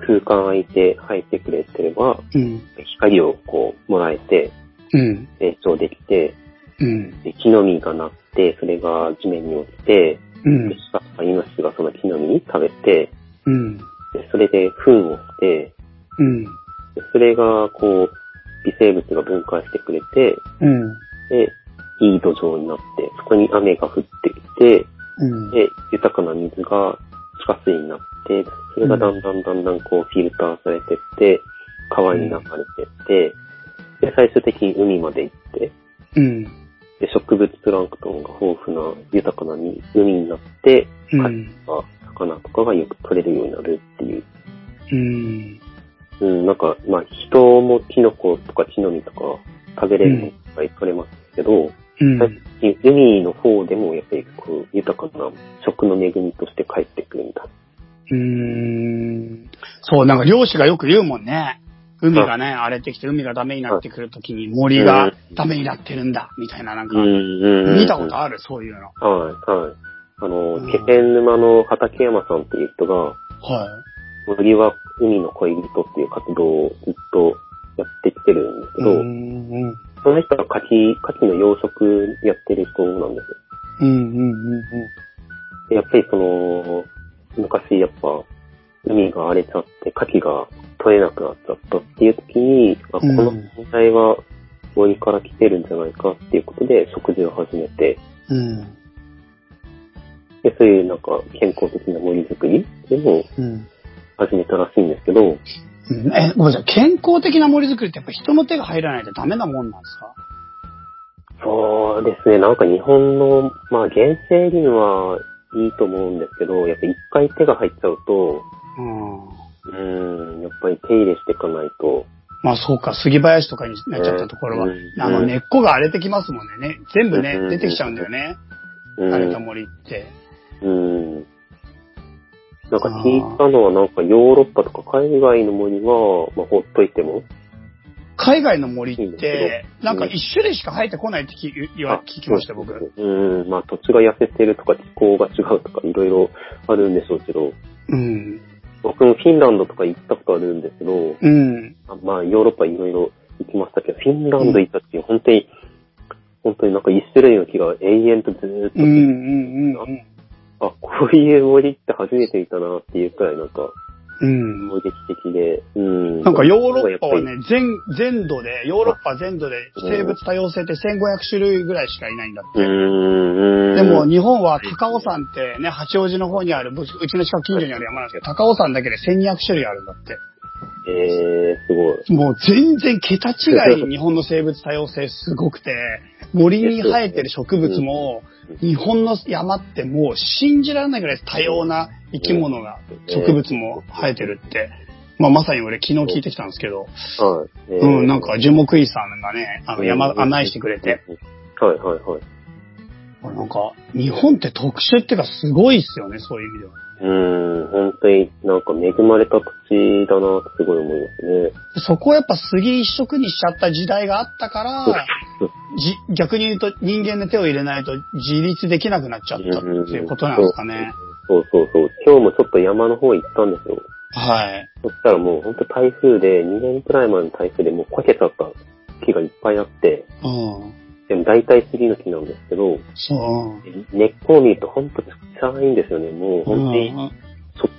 [SPEAKER 3] 空間空いて生えてくれてれば、
[SPEAKER 1] い。うん。
[SPEAKER 3] 光をこう、もらえて、
[SPEAKER 1] うん。
[SPEAKER 3] 成長できて、
[SPEAKER 1] うん。
[SPEAKER 3] で、木の実がなって、それが地面に落ちて、
[SPEAKER 1] うん
[SPEAKER 3] で、。鹿とかイノシシがその木の実食べて、
[SPEAKER 1] うん。
[SPEAKER 3] で、それで糞をして、
[SPEAKER 1] うん。
[SPEAKER 3] でそれがこう、微生物が分解してくれて、
[SPEAKER 1] うん。
[SPEAKER 3] で、いい土壌になって、そこに雨が降ってきて、
[SPEAKER 1] うん。
[SPEAKER 3] で、豊かな水が地下水になって、それがだんだんだんだんこうフィルターされてって、川に流れてって、で、最終的に海まで行って、
[SPEAKER 1] うん。
[SPEAKER 3] で、植物プランクトンが豊富な豊かな海海になって、
[SPEAKER 1] うん。
[SPEAKER 3] まあ魚とかがよく取れるようになるっていう。
[SPEAKER 1] うん。
[SPEAKER 3] うん、なんか、まあ、人もキノコとか木の実とか食べれるのいっぱい取れますけど、
[SPEAKER 1] うん。
[SPEAKER 3] 最近海の方でもやっぱりこう豊かな食の恵みとして帰ってくるみたいな。
[SPEAKER 1] うん。そう、なんか漁師がよく言うもんね。海がね、荒れてきて海がダメになってくるときに森がダメになってるんだ、みたいななんか、見たことある、そういうの。
[SPEAKER 3] はい、はい。あの
[SPEAKER 1] うん、
[SPEAKER 3] 気仙沼の畠山さんっていう人が、
[SPEAKER 1] は
[SPEAKER 3] 森は海の恋人っていう活動をずっとやってきてるんです
[SPEAKER 1] い。
[SPEAKER 3] けど、
[SPEAKER 1] うん。うん。
[SPEAKER 3] その人は牡蠣、牡蠣の養殖やってる人なんですよ。
[SPEAKER 1] うん。うん。
[SPEAKER 3] でやっぱりその、昔やっぱ、海が荒れちゃって、牡蠣が取れなくなっちゃったっていう時に、あこ
[SPEAKER 1] うん
[SPEAKER 3] の問題は森から来てるんじゃないかっていうことで食事を始めて、
[SPEAKER 1] うん。
[SPEAKER 3] でそういうなんか健康的な森づくりっていうのを
[SPEAKER 1] うん。
[SPEAKER 3] 始めたらしいんですけど、
[SPEAKER 1] うんえ、ごめんなさい。健康的な森づくりってやっぱ人の手が入らないとダメなもんなんですか
[SPEAKER 3] そうですね、なんか日本の、まあ原生林はいいと思うんですけど、やっぱ一回手が入っちゃうと、
[SPEAKER 1] うん。
[SPEAKER 3] うーん、やっぱり手入れしていかないと、
[SPEAKER 1] まあそうか、杉林とかになっちゃったところは、
[SPEAKER 3] うん
[SPEAKER 1] あの根っこが荒れてきますもんねね。全部ね
[SPEAKER 3] う、ん
[SPEAKER 1] 出てきちゃうんだよね。
[SPEAKER 3] う
[SPEAKER 1] 荒れた
[SPEAKER 3] ん、
[SPEAKER 1] 森って。
[SPEAKER 3] うん。なんか聞いたのは、なんかヨーロッパとか海外の森は、まあ、ほっといても、
[SPEAKER 1] 海外の森
[SPEAKER 3] うん
[SPEAKER 1] って、なんか一種類しか生えてこないって聞き言わ聞きました、僕。
[SPEAKER 3] うん、まあ、土地が痩せてるとか気候が違うとか、いろいろあるんでしょうけど、
[SPEAKER 1] うん。
[SPEAKER 3] 僕もフィンランドとか行ったことあるんですけど、
[SPEAKER 1] うん。
[SPEAKER 3] あまあ、ヨーロッパいろいろ行きましたけど、フィンランド行った時、本当に、本当になんか一種類の木が永遠とずーっと、
[SPEAKER 1] うん、うん、うん。
[SPEAKER 3] あ、こういう森って初めて見たなっていうくらいなんか、
[SPEAKER 1] うん。
[SPEAKER 3] 衝撃的で、うん。
[SPEAKER 1] なんかヨーロッパはね、全、全土で、ヨーロッパ全土で生物多様性って1500種類ぐらいしかいないんだって。
[SPEAKER 3] うーん。
[SPEAKER 1] でも、日本は高尾山ってね、八王子の方にある、うちうちの近く近所にある山なんですけど、高尾山だけで1200種類あるんだって。
[SPEAKER 3] えー、すごい。
[SPEAKER 1] もう全然桁違いに日本の生物多様性すごくて、森に生えてる植物も、日本の山ってもう信じられないぐらい多様な生き物が、植物も生えてるって、まあまさに俺昨日聞いてきたんですけど、
[SPEAKER 3] はい。えー
[SPEAKER 1] うん、なん、か樹木医さんがね、あの
[SPEAKER 3] う
[SPEAKER 1] 山
[SPEAKER 3] ん
[SPEAKER 1] 案内してくれて、。
[SPEAKER 3] はいはいはい。
[SPEAKER 1] 俺なんか日本って特殊っていうかすごいっすよね、そういう意味では。
[SPEAKER 3] うーん、本当になんか恵まれた土地だなってすごい思いますね。
[SPEAKER 1] そこをやっぱ杉一色にしちゃった時代があった
[SPEAKER 3] <laughs>
[SPEAKER 1] から、じ逆に言うと人間で手を入れないと自立できなくなっちゃったっていうことなんですかね。
[SPEAKER 3] そうそうそう。今日もちょっと山の方行ったんですよ。
[SPEAKER 1] はい。
[SPEAKER 3] そしたらもう本当台風で、2年くらい前の台風でもうこけちゃった木がいっぱいあって、
[SPEAKER 1] うん。
[SPEAKER 3] でも大体杉の木なんですけど、
[SPEAKER 1] そう。
[SPEAKER 3] 根っこを見ると本当ちっちゃいんですよね。もう
[SPEAKER 1] う
[SPEAKER 3] 本当に
[SPEAKER 1] ん。
[SPEAKER 3] 直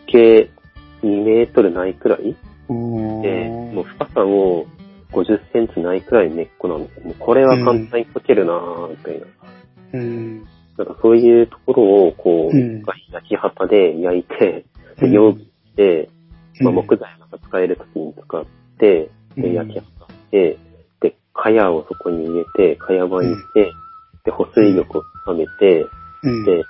[SPEAKER 3] 径2メートルないくらい
[SPEAKER 1] うん
[SPEAKER 3] で、もう深さも50センチないくらい根っこなんですもうこれは簡単にこけるなぁ、みたいな。
[SPEAKER 1] うん。
[SPEAKER 3] なんかそういうところを、こう、
[SPEAKER 1] うん
[SPEAKER 3] 焼き旗で焼いて、
[SPEAKER 1] う
[SPEAKER 3] で
[SPEAKER 1] ん
[SPEAKER 3] 容器で、ま
[SPEAKER 1] う
[SPEAKER 3] あ、
[SPEAKER 1] ん
[SPEAKER 3] 木材なんか使えるときに使って、
[SPEAKER 1] うん
[SPEAKER 3] で焼き旗して、で、茅をそこに入れて、茅場にして、で、保水力を高めて、
[SPEAKER 1] うん
[SPEAKER 3] で、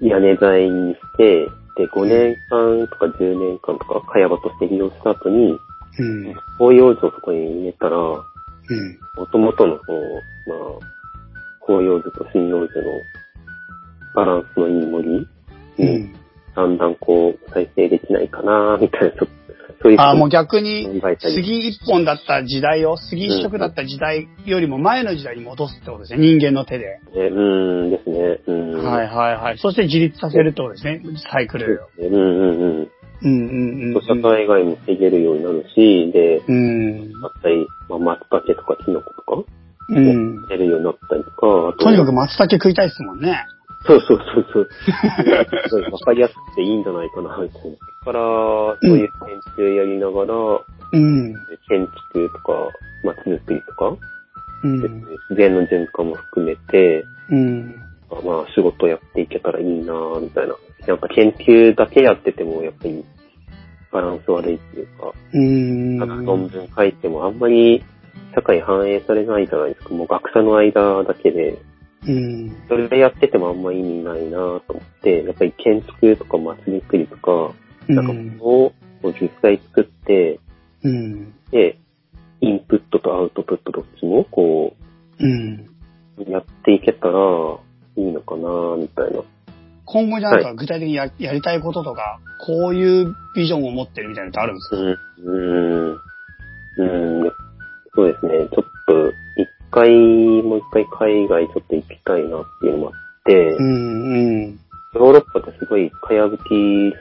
[SPEAKER 3] 屋根材にして、で、5年間とか10年間とか、茅場として利用した後に、
[SPEAKER 1] うん。
[SPEAKER 3] 紅葉樹をそこに入れたら、
[SPEAKER 1] うん。
[SPEAKER 3] 元々の、こう、まあ、紅葉樹と針葉樹のバランスのいい森
[SPEAKER 1] う
[SPEAKER 3] に、
[SPEAKER 1] ん。
[SPEAKER 3] だんだんこう、再生できないかな、みたいな、そそういう
[SPEAKER 1] ああ、もう
[SPEAKER 3] 考
[SPEAKER 1] 逆に、
[SPEAKER 3] えたり。
[SPEAKER 1] 杉一本だった時代を、杉一色だった時代よりも前の時代に戻すってことですね、人間の手で。
[SPEAKER 3] ね、うーん、ですね。うん。
[SPEAKER 1] はいはいはい。そして自立させるってことですね、サイクルを。
[SPEAKER 3] うんうんうん。
[SPEAKER 1] うんうんうん
[SPEAKER 3] 土砂災害も防げるようになるし、で、
[SPEAKER 1] うん。
[SPEAKER 3] あったり、まあ、松茸とかキノコとか、
[SPEAKER 1] うん。
[SPEAKER 3] 出るようになったりとか、あと、
[SPEAKER 1] とにかく松茸食いたいっすもんね。
[SPEAKER 3] そうそうそう
[SPEAKER 1] <laughs>
[SPEAKER 3] そう。すごいわかりやすくていいんじゃないかな、みたいな。それから、そういう研究やりながら、
[SPEAKER 1] うん。
[SPEAKER 3] 建築とか、まちづくりとか、
[SPEAKER 1] うん。
[SPEAKER 3] 自然の循環も含めて、
[SPEAKER 1] うん。
[SPEAKER 3] まあ仕事をやっていけたらいいなぁみたいな。なんか研究だけやってても、やっぱりバランス悪いっていうか、
[SPEAKER 1] うん。
[SPEAKER 3] なんか論文書いてもあんまり社会反映されないじゃないですか。もう学者の間だけで、
[SPEAKER 1] うん。
[SPEAKER 3] それでやっててもあんま意味ないなぁと思って、やっぱり建築とかまちづくりとか、なんかものを実際作って、
[SPEAKER 1] うん。
[SPEAKER 3] で、インプットとアウトプットどっちも、こう、
[SPEAKER 1] うん。
[SPEAKER 3] やっていけたらいいのかなみたいな。
[SPEAKER 1] 今後じゃなんか具体的にややりたいこととか、こういうビジョンを持ってるみたいなのってあるんですか
[SPEAKER 3] うん。うん。うん。そうですね。ちょっと、一回、もう一回海外ちょっと行きたいなっていうのもあって、
[SPEAKER 1] うん、うん。
[SPEAKER 3] ヨーロッパってすごいかやぶき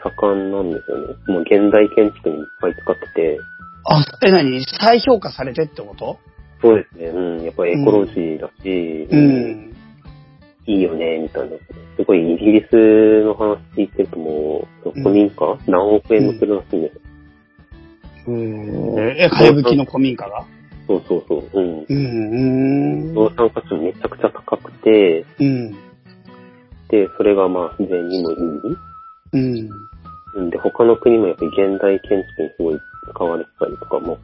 [SPEAKER 3] 盛んなんですよね。もう現代建築にいっぱい使ってて、
[SPEAKER 1] あ、え、何再評価されてってこと
[SPEAKER 3] そうですね。うん。やっぱエコロジーだし、
[SPEAKER 1] う、ん。
[SPEAKER 3] いいよね、みたいな。すごいイギリスの話聞いてるともう、古民家、何億円もするらしいんですよ
[SPEAKER 1] え、えかやぶきの古民家が
[SPEAKER 3] そうそうそう。うん。
[SPEAKER 1] うん、うん
[SPEAKER 3] 動。産価値もめちゃくちゃ高くて、
[SPEAKER 1] うん。
[SPEAKER 3] で、それがまあ自然にもいい。
[SPEAKER 1] うん。
[SPEAKER 3] うんで、他の国もやっぱり現代建築にすごい使われてたりとかも、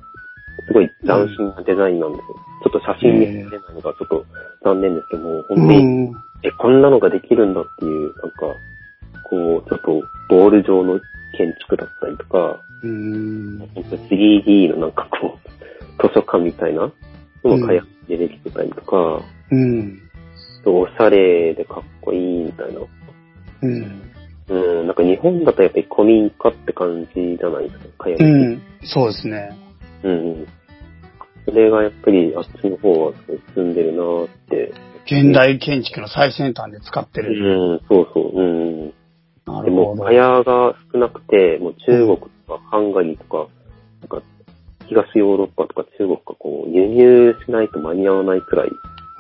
[SPEAKER 3] すごい斬新なデザインなんですよ。ちょっと写真見せれないのがちょっと残念ですけども、
[SPEAKER 1] う
[SPEAKER 3] 本当に、
[SPEAKER 1] ん。
[SPEAKER 3] え、こんなのができるんだっていう、なんか、こう、ちょっとボール状の建築だったりとか、
[SPEAKER 1] うん。
[SPEAKER 3] ほんと 3D のなんかこう、 <laughs> 図書館みたいなのも開発でできてたりとか、
[SPEAKER 1] うん。
[SPEAKER 3] おしゃれでかっこいいみたいな。
[SPEAKER 1] うん。
[SPEAKER 3] うん、なんか日本だとやっぱり古民家って感じじゃないですか、かやぶ
[SPEAKER 1] う
[SPEAKER 3] き
[SPEAKER 1] ん。そうですね。
[SPEAKER 3] うんうん。それがやっぱりあっちの方は進んでるなーって。
[SPEAKER 1] 現代建築の最先端で使って
[SPEAKER 3] う
[SPEAKER 1] る。
[SPEAKER 3] ん、そうそう、うん。
[SPEAKER 1] な
[SPEAKER 3] で
[SPEAKER 1] るほ
[SPEAKER 3] も、
[SPEAKER 1] ど。
[SPEAKER 3] かやが少なくて、もう中国とかハンガリーとか、なんか東ヨーロッパとか中国がこう輸入しないと間に合わないくらい、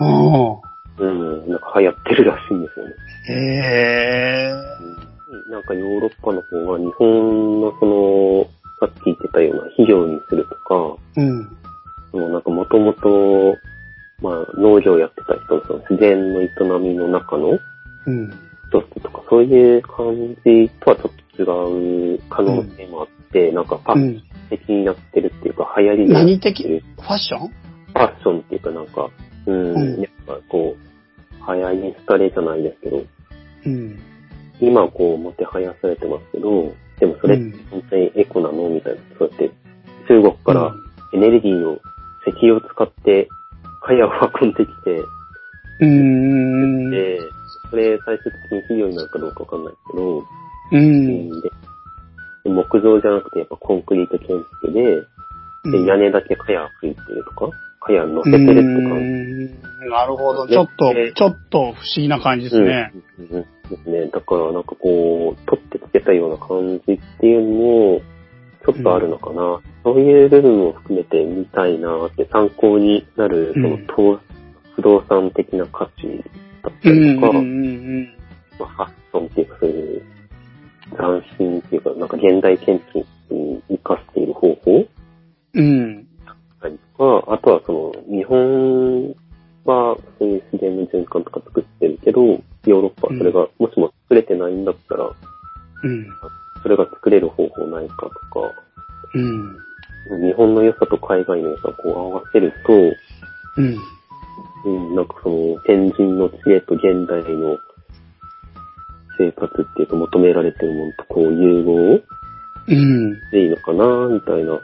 [SPEAKER 1] うん。
[SPEAKER 3] うん、なんか流行ってるらしいんですよね。
[SPEAKER 1] へえ。
[SPEAKER 3] になんかヨーロッパの方は日本のその、さっき言ってたような肥料にするとか、
[SPEAKER 1] うん。
[SPEAKER 3] そのなんかもともと、まあ農業やってた人のその自然の営みの中の
[SPEAKER 1] うん。
[SPEAKER 3] 一つとか、そういう感じとはちょっと違う可能性もあって、なんかパ
[SPEAKER 1] う
[SPEAKER 3] ッ
[SPEAKER 1] ん。
[SPEAKER 3] 的になってるっていうか、流行りになって
[SPEAKER 1] 何的フ
[SPEAKER 3] る
[SPEAKER 1] ァッション
[SPEAKER 3] ファッションっていうかなんか、うん、
[SPEAKER 1] うん
[SPEAKER 3] やっぱこう、流行り廃れじゃないですけど、
[SPEAKER 1] うん。
[SPEAKER 3] 今はこう、もてはやされてますけど、でもそれっ
[SPEAKER 1] うん
[SPEAKER 3] て本当にエコなのみたいな、そうやって中国からエネルギーを、石油を使って、カヤを運んできて、
[SPEAKER 1] うん。うん。
[SPEAKER 3] で、それ最終的に肥料になるかどうかわかんないですけど、
[SPEAKER 1] う。
[SPEAKER 3] うんん、で、木造じゃなくてやっぱコンクリート建築で、で屋根だけカヤついてるとか、カヤ乗せてるって感じ。
[SPEAKER 1] うんなるほど。ちょっと、ちょっと不思議な感じですね。
[SPEAKER 3] うんうんですね。だから、なんかこう、取ってつけたような感じっていうのも、ちょっとあるのかな。そういう部分を含めて見たいなって、参考になる、そ
[SPEAKER 1] うん
[SPEAKER 3] の、投不動産的な価値だった
[SPEAKER 1] うん。う
[SPEAKER 3] り
[SPEAKER 1] ん
[SPEAKER 3] とか、
[SPEAKER 1] うん
[SPEAKER 3] まあ、ファッションっていうか、そういう、斬新っていうか、なんか現代建築に生かしている方法
[SPEAKER 1] うん。うん。
[SPEAKER 3] ったりとか、あとはその、日本はそういう自然の循環とか作ってるけど、ヨーロッパはそれが、もしも作れてないんだったら、
[SPEAKER 1] うん。
[SPEAKER 3] それが作れる方法ないかとか、
[SPEAKER 1] うん。
[SPEAKER 3] 日本の良さと海外の良さをこう合わせる
[SPEAKER 1] うん。
[SPEAKER 3] と、うん、なんかその、先人の知恵と現代の生活っていうか求められてるものとこう融合
[SPEAKER 1] うん。
[SPEAKER 3] でいいのかな、みたいな。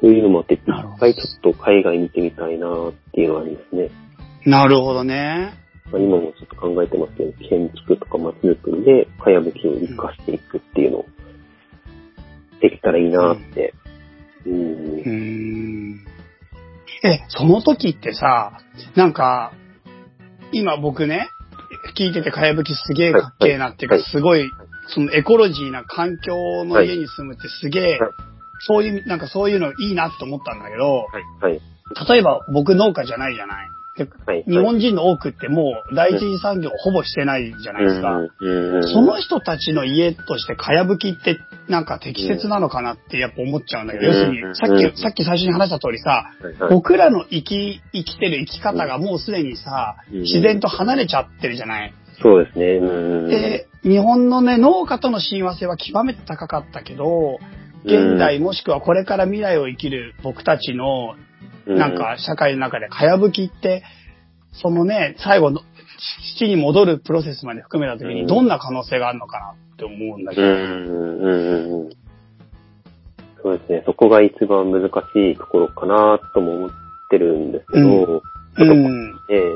[SPEAKER 3] そういうのもあって、一
[SPEAKER 1] なるほど
[SPEAKER 3] 回ちょっと海外見てみたいなっていうのはありますね。
[SPEAKER 1] なるほどね。
[SPEAKER 3] まあ、今もちょっと考えてますけど、建築とか街づくりで、かやぶきを生かしていくっていうのを、できたらいいなって。うん。
[SPEAKER 1] うーん。え、その時ってさ、なんか、今僕ね、聞いててかやぶきすげえかっけえなっていうか
[SPEAKER 3] はいは、い
[SPEAKER 1] すごい、そのエコロジーな環境の家に住むってすげえ
[SPEAKER 3] はい、
[SPEAKER 1] そういう、なんかそういうのいいなと思ったんだけど、
[SPEAKER 3] はい。はい。
[SPEAKER 1] 例えば僕農家じゃないじゃない。で
[SPEAKER 3] はい。
[SPEAKER 1] 日本人の多くってもう第一次産業ほぼしてないじゃないですか。
[SPEAKER 3] うん。
[SPEAKER 1] その人たちの家としてかやぶきってなんか適切なのかなってやっぱ思っちゃうんだけど、
[SPEAKER 3] うん
[SPEAKER 1] 要するにさ
[SPEAKER 3] う
[SPEAKER 1] っ
[SPEAKER 3] ん
[SPEAKER 1] き、さっき最初に話した通りさ、
[SPEAKER 3] はい、はい。
[SPEAKER 1] 僕らの生き、生きてる生き方がもうすでにさ、
[SPEAKER 3] うん
[SPEAKER 1] 自然と離れちゃってるじゃない。
[SPEAKER 3] そうですね。うん。
[SPEAKER 1] で、日本のね、農家との親和性は極めて高かったけど、現代もしくはこれから未来を生きる僕たちの
[SPEAKER 3] う
[SPEAKER 1] なんか、社会の中で、かやぶきって、そのね、最後の、土に戻るプロセスまで含めたとき
[SPEAKER 3] う
[SPEAKER 1] に、
[SPEAKER 3] ん
[SPEAKER 1] どんな可能性があるのかなって思うんだけ
[SPEAKER 3] う
[SPEAKER 1] ど。
[SPEAKER 3] ん。うん。うん。そうですね。そこが一番難しいところかなとも思ってるんですけど、
[SPEAKER 1] うん。
[SPEAKER 3] で、や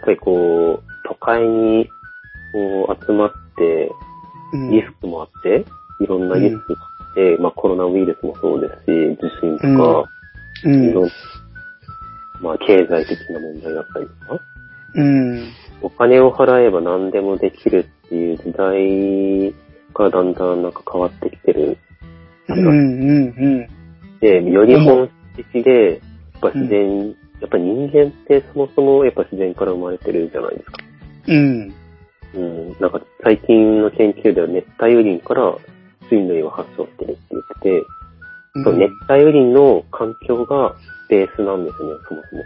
[SPEAKER 3] っぱりこう、都会にこう集まって、
[SPEAKER 1] うん。
[SPEAKER 3] リスクもあって、いろんなリスクがあって、まあコロナウイルスもそうですし、地震とか、
[SPEAKER 1] う
[SPEAKER 3] いろん
[SPEAKER 1] ん。
[SPEAKER 3] まあ経済的な問題だったりとか、
[SPEAKER 1] うん。
[SPEAKER 3] お金を払えば何でもできるっていう時代がだんだんなんか変わってきてる。
[SPEAKER 1] うん。うん。
[SPEAKER 3] で、より本質的で、やっぱ自然、やっぱ人間ってそもそもやっぱ自然から生まれてるじゃないですか。
[SPEAKER 1] うん。
[SPEAKER 3] うん、なんか最近の研究では熱帯雨林から人類は発祥してるって言ってて、
[SPEAKER 1] うん。
[SPEAKER 3] その熱帯雨林の環境がベースなんですね、そもそも。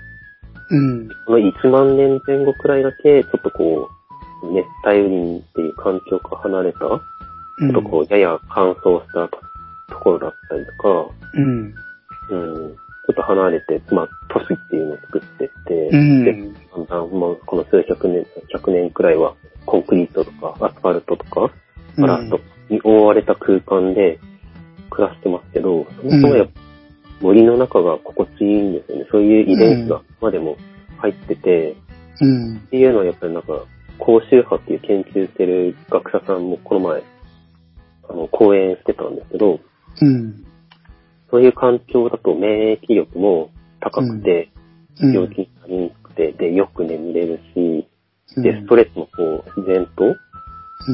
[SPEAKER 1] うん。
[SPEAKER 3] この1万年前後くらいだけ、ちょっとこう、熱帯雨林っていう環境から離れた、ちょ
[SPEAKER 1] うん。
[SPEAKER 3] っとこう、やや乾燥したとところだったりとか、
[SPEAKER 1] うん。
[SPEAKER 3] うん、ちょっと離れて、まあ、都市っていうのを作ってって、
[SPEAKER 1] うん。
[SPEAKER 3] でだんだんもうこの数百年、100年くらいは、コンクリートとか、アスファルトとか、
[SPEAKER 1] う
[SPEAKER 3] バラ
[SPEAKER 1] ん
[SPEAKER 3] ンスに覆われた空間で暮らしてますけど、そもそもやっぱ森の中が心地いいんですよね。そういう遺伝子がまでも入ってて、っ
[SPEAKER 1] うん。
[SPEAKER 3] ていうのはやっぱりなんか、高周波っていう研究してる学者さんもこの前、あの、講演してたんですけど、
[SPEAKER 1] うん。
[SPEAKER 3] そういう環境だと免疫力も高くて、
[SPEAKER 1] うん。
[SPEAKER 3] 病気になりにくくて、で、よく眠れるし、で、ストレスもこう、自然と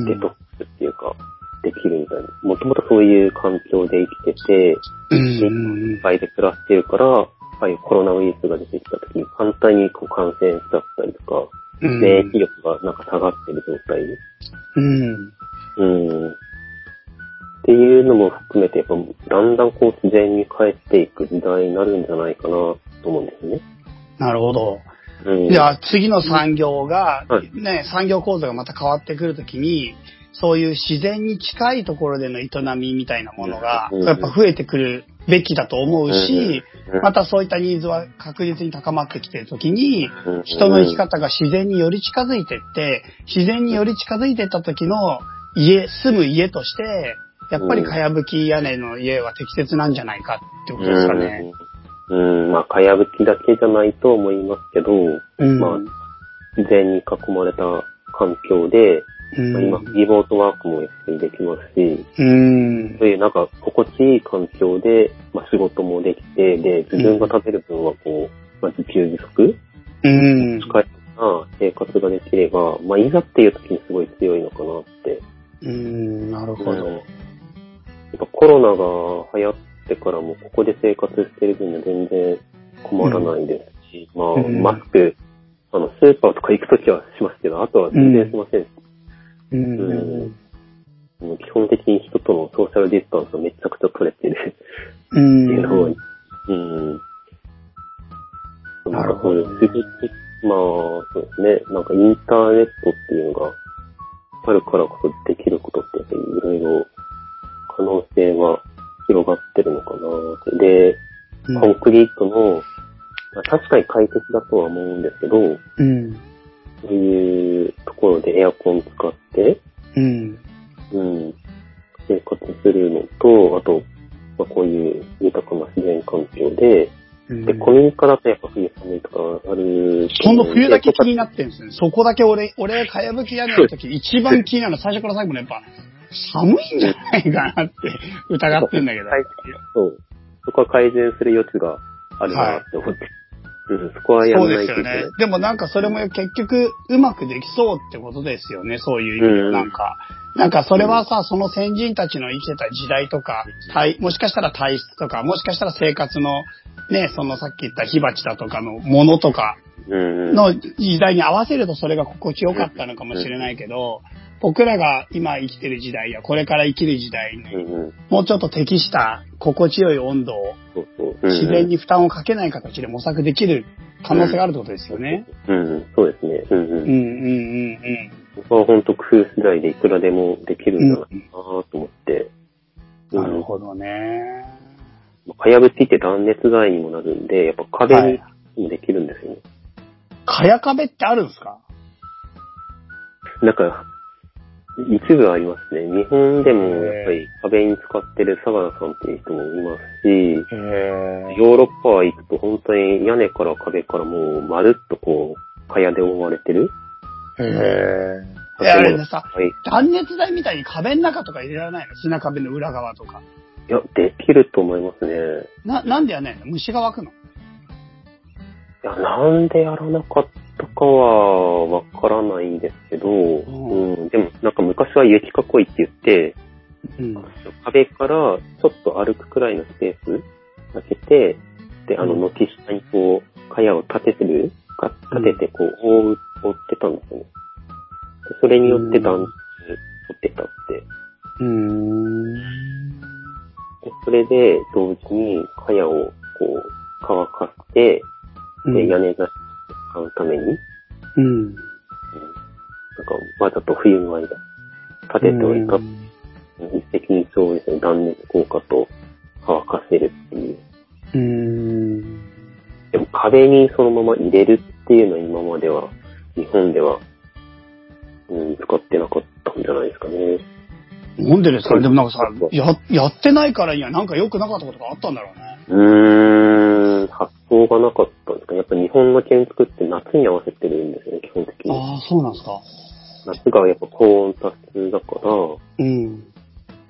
[SPEAKER 3] デトックスっていうか、できるみたいな。もともとそういう環境で生きてて、
[SPEAKER 1] うん
[SPEAKER 3] いっ。ぱいで暮らしてるから、ああいうコロナウイルスが出てきた時に簡単にこう感染しちゃったりとか、
[SPEAKER 1] うん
[SPEAKER 3] 免疫力がなんか下がってる状態
[SPEAKER 1] うん。
[SPEAKER 3] うん。っていうのも含めて、やっぱだんだんこう自然に帰っていく時代になるんじゃないかなと思うんですよね。
[SPEAKER 1] なるほど。
[SPEAKER 3] うん。
[SPEAKER 1] じゃあ次の産業が、
[SPEAKER 3] はい
[SPEAKER 1] ね、産業構造がまた変わってくるときに、そういう自然に近いところでの営みみたいなものが、
[SPEAKER 3] うん
[SPEAKER 1] やっぱ増えてくるべきだと思うし、
[SPEAKER 3] うん
[SPEAKER 1] またそういったニーズは確実に高まってきてるときに、
[SPEAKER 3] うん
[SPEAKER 1] 人の生き方が自然により近づいてって、自然により近づいてった時の家、住む家として、やっぱりかやぶき屋根の家は適切なんじゃないかってことですかね。
[SPEAKER 3] うん、うんまあ、かやぶきだけじゃないと思いますけど、
[SPEAKER 1] うん。
[SPEAKER 3] まあ、自然に囲まれた環境で、
[SPEAKER 1] うん
[SPEAKER 3] まあ今、リモートワークもやっぱりできますし、
[SPEAKER 1] うん。
[SPEAKER 3] そういうなんか、心地いい環境で、まあ、仕事もできて、で、自分が食べる分はこう、まあ、自給自足
[SPEAKER 1] うん。
[SPEAKER 3] 使えるような生活ができれば、まあ、いざっていう時にすごい強いのかなって。
[SPEAKER 1] うん。なるほ
[SPEAKER 3] うん
[SPEAKER 1] ど
[SPEAKER 3] や。っぱコロナが流行ってからも、ここで生活してる分には全然困らないですし、
[SPEAKER 1] うん
[SPEAKER 3] まあ、マスク、あの、スーパーとか行く時はしますけど、あとは全然しませんし
[SPEAKER 1] う。
[SPEAKER 3] うんもう基本的に人とのソーシャルディスタンスがめちゃくちゃ取れてる
[SPEAKER 1] う。
[SPEAKER 3] っていうのを、うんん。
[SPEAKER 1] なるほどね
[SPEAKER 3] なんかそういう刺激まあ、そうですね。なんかインターネットっていうのがあるからこそできることって、やっぱりいろいろ可能性は広がってるのかなって。で、コンクリートの、まあ確かに快適だとは思うんですけど、
[SPEAKER 1] うん。
[SPEAKER 3] そういうところでエアコン使って、
[SPEAKER 1] うん。
[SPEAKER 3] うん、生活するのと、あと、まあ、こういう豊かな自然環境で、
[SPEAKER 1] うん
[SPEAKER 3] で、古民家だとやっぱ冬寒いとかある。
[SPEAKER 1] その冬だけ気になってるんですね。そこだけ俺、俺、かやぶき屋根の時、一番気になるの、最初から最後までやっぱ、寒いんじゃないかなって疑ってんだけど。
[SPEAKER 3] はいそう。そこは改善する余地があるなって思って。うん、そこはや
[SPEAKER 1] そ
[SPEAKER 3] ら
[SPEAKER 1] う
[SPEAKER 3] な
[SPEAKER 1] で
[SPEAKER 3] い
[SPEAKER 1] す
[SPEAKER 3] とい
[SPEAKER 1] よ
[SPEAKER 3] けない。
[SPEAKER 1] ね。でもなんかそれも結局うまくできそうってことですよね、そういう意味では
[SPEAKER 3] うん
[SPEAKER 1] なんか。なんかそれはさ、その先人たちの生きてた時代とか、体もしかしたら体質とか、もしかしたら生活の、ね、そのさっき言った火鉢だとかのものとか
[SPEAKER 3] うん。
[SPEAKER 1] の時代に合わせるとそれが心地よかったのかもしれないけど、僕らが今生きてる時代やこれから生きる時代
[SPEAKER 3] う
[SPEAKER 1] に
[SPEAKER 3] んうん。
[SPEAKER 1] もうちょっと適した心地よい温度を
[SPEAKER 3] そうそう。うんうん
[SPEAKER 1] 自然。に負担をかけない形で模索できる可能性があるってことですよね。
[SPEAKER 3] うんうん、そうですね。うん
[SPEAKER 1] うん
[SPEAKER 3] う。
[SPEAKER 1] うんんうん
[SPEAKER 3] そこは本当工夫次第でいくらでもできるんじゃないかなと思って。
[SPEAKER 1] うん。な
[SPEAKER 3] うん
[SPEAKER 1] るほどね。
[SPEAKER 3] かやぶきって断熱材にもなるんで、やっぱ壁にもできるんですよね。
[SPEAKER 1] かや壁ってあるんですか
[SPEAKER 3] なんか、一部ありますね。日本でもやっぱり壁に使ってる相良さんっていう人もいます
[SPEAKER 1] へ
[SPEAKER 3] し、
[SPEAKER 1] え。
[SPEAKER 3] ヨーロッパ行くと本当に屋根から壁からもうまるっとこう、蚊帳で覆われてる。
[SPEAKER 1] へえ。あれでさ、
[SPEAKER 3] はい。い
[SPEAKER 1] 断熱材みたいに壁の中とか入れられないの砂壁の裏側とか。
[SPEAKER 3] や、できると思いますね。
[SPEAKER 1] な、なんでやんないの虫が湧くの
[SPEAKER 3] いや、なんでやらなかったかはわからないですけど、
[SPEAKER 1] ん
[SPEAKER 3] うん。でもなんか昔は雪囲いって言って、
[SPEAKER 1] うん。
[SPEAKER 3] 壁からちょっと歩くくらいのスペース開けて、で、あの、
[SPEAKER 1] うん
[SPEAKER 3] 軒下にこう、茅を立ててるか立てて、こう、覆う、覆ってたんですよね。でそれによって断熱取ってたって。
[SPEAKER 1] うん。
[SPEAKER 3] でそれで、同時に茅をこう、乾かして、で、屋根材を使うために、なんか、
[SPEAKER 1] うん。
[SPEAKER 3] わざと冬の間、立てておいた。一石二鳥ですね、断熱効果と乾かせるっていう。
[SPEAKER 1] うん。
[SPEAKER 3] でも壁にそのまま入れるっていうのは今までは、日本では、うん、使ってなかったんじゃないですかね。
[SPEAKER 1] なんでですかねでもなんかさ
[SPEAKER 3] そ、う
[SPEAKER 1] や、やってないからにはなんか良くなかったことがあったんだろうね。
[SPEAKER 3] うーん、発想がなかったんですかやっぱ日本の建築って夏に合わせてるんですよね、基本的に。
[SPEAKER 1] ああ、そうなんですか。
[SPEAKER 3] 夏がやっぱ高温多湿だか
[SPEAKER 1] うん。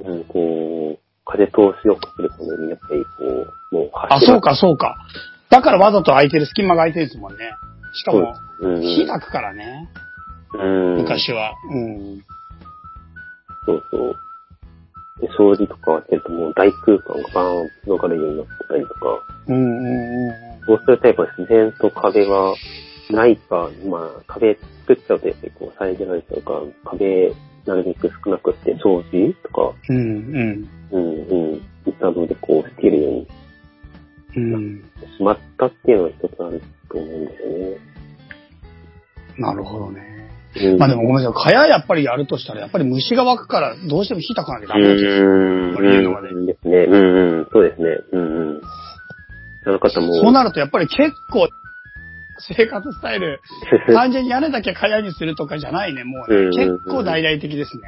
[SPEAKER 3] ら、うん、こう、風通しよくするために、やっぱりこう、もう
[SPEAKER 1] あ、そう。か、そうか。だからわざと空いてる、隙間が空いてるんですもんね。しか
[SPEAKER 3] そう
[SPEAKER 1] も、
[SPEAKER 3] うん。
[SPEAKER 1] 火炊くからね、
[SPEAKER 3] うん。
[SPEAKER 1] 昔は。うん。
[SPEAKER 3] そうそう。で障子とかはけどもう大空間がバーンと広がるようになってたりとか、
[SPEAKER 1] うんうんうん
[SPEAKER 3] そうするとやっぱ自然と壁がないか、まあ、壁作っちゃうとやっぱりこう、遮られちゃうから、壁、なるべく少なくして、掃除とか、
[SPEAKER 1] うん、
[SPEAKER 3] うんうん、などでこう、できるように
[SPEAKER 1] うん。うん。
[SPEAKER 3] しまったっていうのが一つあると思うんだよ
[SPEAKER 1] なるほどね。
[SPEAKER 3] ね。うん、
[SPEAKER 1] まあでもごめんなさい。蚊帳やっぱりやるとしたら、やっぱり虫が湧くから、どうしても火たかなきゃ
[SPEAKER 3] う
[SPEAKER 1] ダメなんですよ。
[SPEAKER 3] ん、
[SPEAKER 1] 家の中で
[SPEAKER 3] うんですね。うんうん、そうですね。うんうん。あの方も、
[SPEAKER 1] そうなるとやっぱり結構、生活スタイル、単純に屋根だけ蚊帳にするとかじゃないね、もうね、
[SPEAKER 3] うんうんうん
[SPEAKER 1] 結構大々的ですね。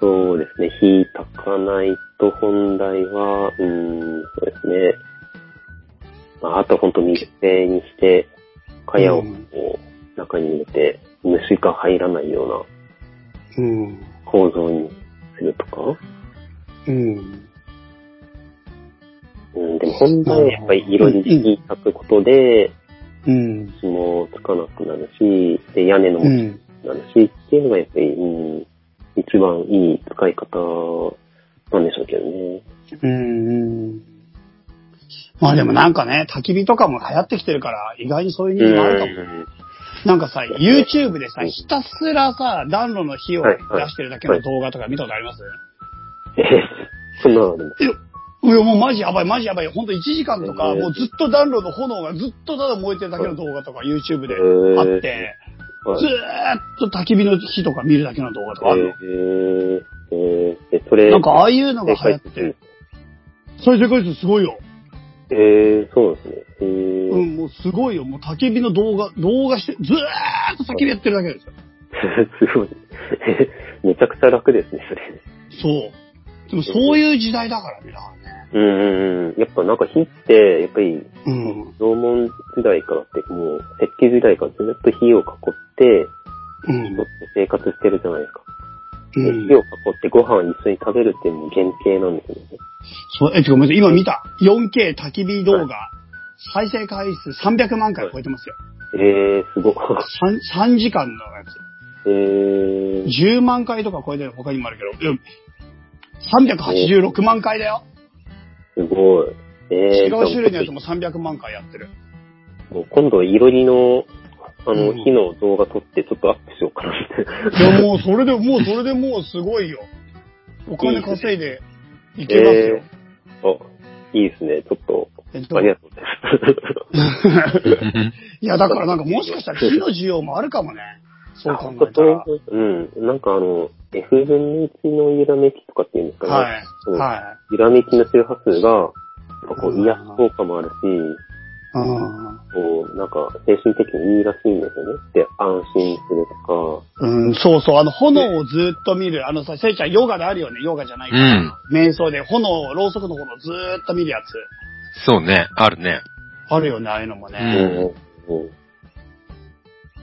[SPEAKER 3] そうですね。火炊かないと本来は、うん、そうですね。まあ、あとは本当密閉にして、蚊帳をこう中に入れて、虫が入らないような
[SPEAKER 1] うん。
[SPEAKER 3] 構造にするとか。
[SPEAKER 1] うん。
[SPEAKER 3] うん、でも本来はやっぱり色に火炊くことで、
[SPEAKER 1] うん。
[SPEAKER 3] 血もつかなくなるし、で屋根のも
[SPEAKER 1] う
[SPEAKER 3] つ
[SPEAKER 1] ん。
[SPEAKER 3] かなくなるし、っていうのがやっぱり、うん、一番いい使い方なんでしょうけどね。
[SPEAKER 1] うん。まあでもなんかね、焚き火とかも流行ってきてるから、意外にそういうニーズもあるかも。なんかさ、YouTube でさ、
[SPEAKER 3] うん
[SPEAKER 1] ひたすらさ、暖炉の火を出してるだけの動画とか見たことあります、
[SPEAKER 3] えへへそんなのあるんです
[SPEAKER 1] いや、もうマジやばい、マジやばい。ほんと1時間とか、
[SPEAKER 3] えー
[SPEAKER 1] もうずっと暖炉の炎がずっとただ燃えてるだけの動画とか YouTube で
[SPEAKER 3] えー
[SPEAKER 1] あって、
[SPEAKER 3] はい
[SPEAKER 1] ずーっと焚き火の火とか見るだけの動画とかある
[SPEAKER 3] えー、えー、え、それ、
[SPEAKER 1] の。なんかああいうのが流行って
[SPEAKER 3] る
[SPEAKER 1] て、。それでかいですすごいよ。
[SPEAKER 3] えー、そうなんですね。えー、
[SPEAKER 1] うん、もうすごいよ。もう焚き火の動画、動画して、ずーっと焚き火やってるだけですよ。
[SPEAKER 3] <laughs> すごい。 <laughs> めちゃくちゃ楽ですね、それ。
[SPEAKER 1] そう。でもそういう時代だからね、だか
[SPEAKER 3] うんうんうん。やっぱなんか火って、やっぱり、
[SPEAKER 1] らね。
[SPEAKER 3] 縄文時代からって、もう、石器時代からずっと火を囲って、
[SPEAKER 1] うん。
[SPEAKER 3] 生活してるじゃないですか。
[SPEAKER 1] う
[SPEAKER 3] で
[SPEAKER 1] ん。うん
[SPEAKER 3] 火を囲ってご飯一緒に食べるっていうのも原型なんですよね。
[SPEAKER 1] そう、え、てかごめんなさい、今見た。4K 焚き火動画、再生回数300万回超えてますよ。
[SPEAKER 3] えー、すごい。 <laughs>
[SPEAKER 1] 3, 3時間のやつ。
[SPEAKER 3] えー、
[SPEAKER 1] 10万回とか超えてる他にもあるけど、うん386万回だよ。
[SPEAKER 3] すごい。えー、
[SPEAKER 1] 違う種類のやつも300万回やってる。
[SPEAKER 3] もう今度、いろりの、あの、
[SPEAKER 1] うん
[SPEAKER 3] 火の動画撮って、ちょっとアップしようかなっ
[SPEAKER 1] い
[SPEAKER 3] て。
[SPEAKER 1] や、もうそれで、もうそれでもうすごいよ。お金稼いでいけますよ。
[SPEAKER 3] あ、いいですね。ちょっと、
[SPEAKER 1] えっ
[SPEAKER 3] あ
[SPEAKER 1] と
[SPEAKER 3] りがとうございます。
[SPEAKER 1] <laughs> いや、だからなんかもしかしたら火の需要もあるかもね。そう考えたら。
[SPEAKER 3] うん。なんかあの、F 分の1の揺らめきとかっていうんですかね。
[SPEAKER 1] は
[SPEAKER 3] う
[SPEAKER 1] い。
[SPEAKER 3] ん
[SPEAKER 1] は
[SPEAKER 3] 揺らめきの周波数が、なんかこ
[SPEAKER 1] うん
[SPEAKER 3] う、癒やす効果もあるし、
[SPEAKER 1] い。うん
[SPEAKER 3] こう、なんか、精神的にいいらしいんですよね。で、安心するとか、
[SPEAKER 1] うん、そうそう。あの、炎をずっと見る。あのさ、せいちゃん、ヨガであるよね。ヨガじゃないけど
[SPEAKER 2] うん
[SPEAKER 1] 瞑想で炎を、ろうそくの炎をずーっと見るやつ。
[SPEAKER 2] そうね、あるね。
[SPEAKER 1] あるよね、ああいうのもね。
[SPEAKER 2] うん
[SPEAKER 3] うんうん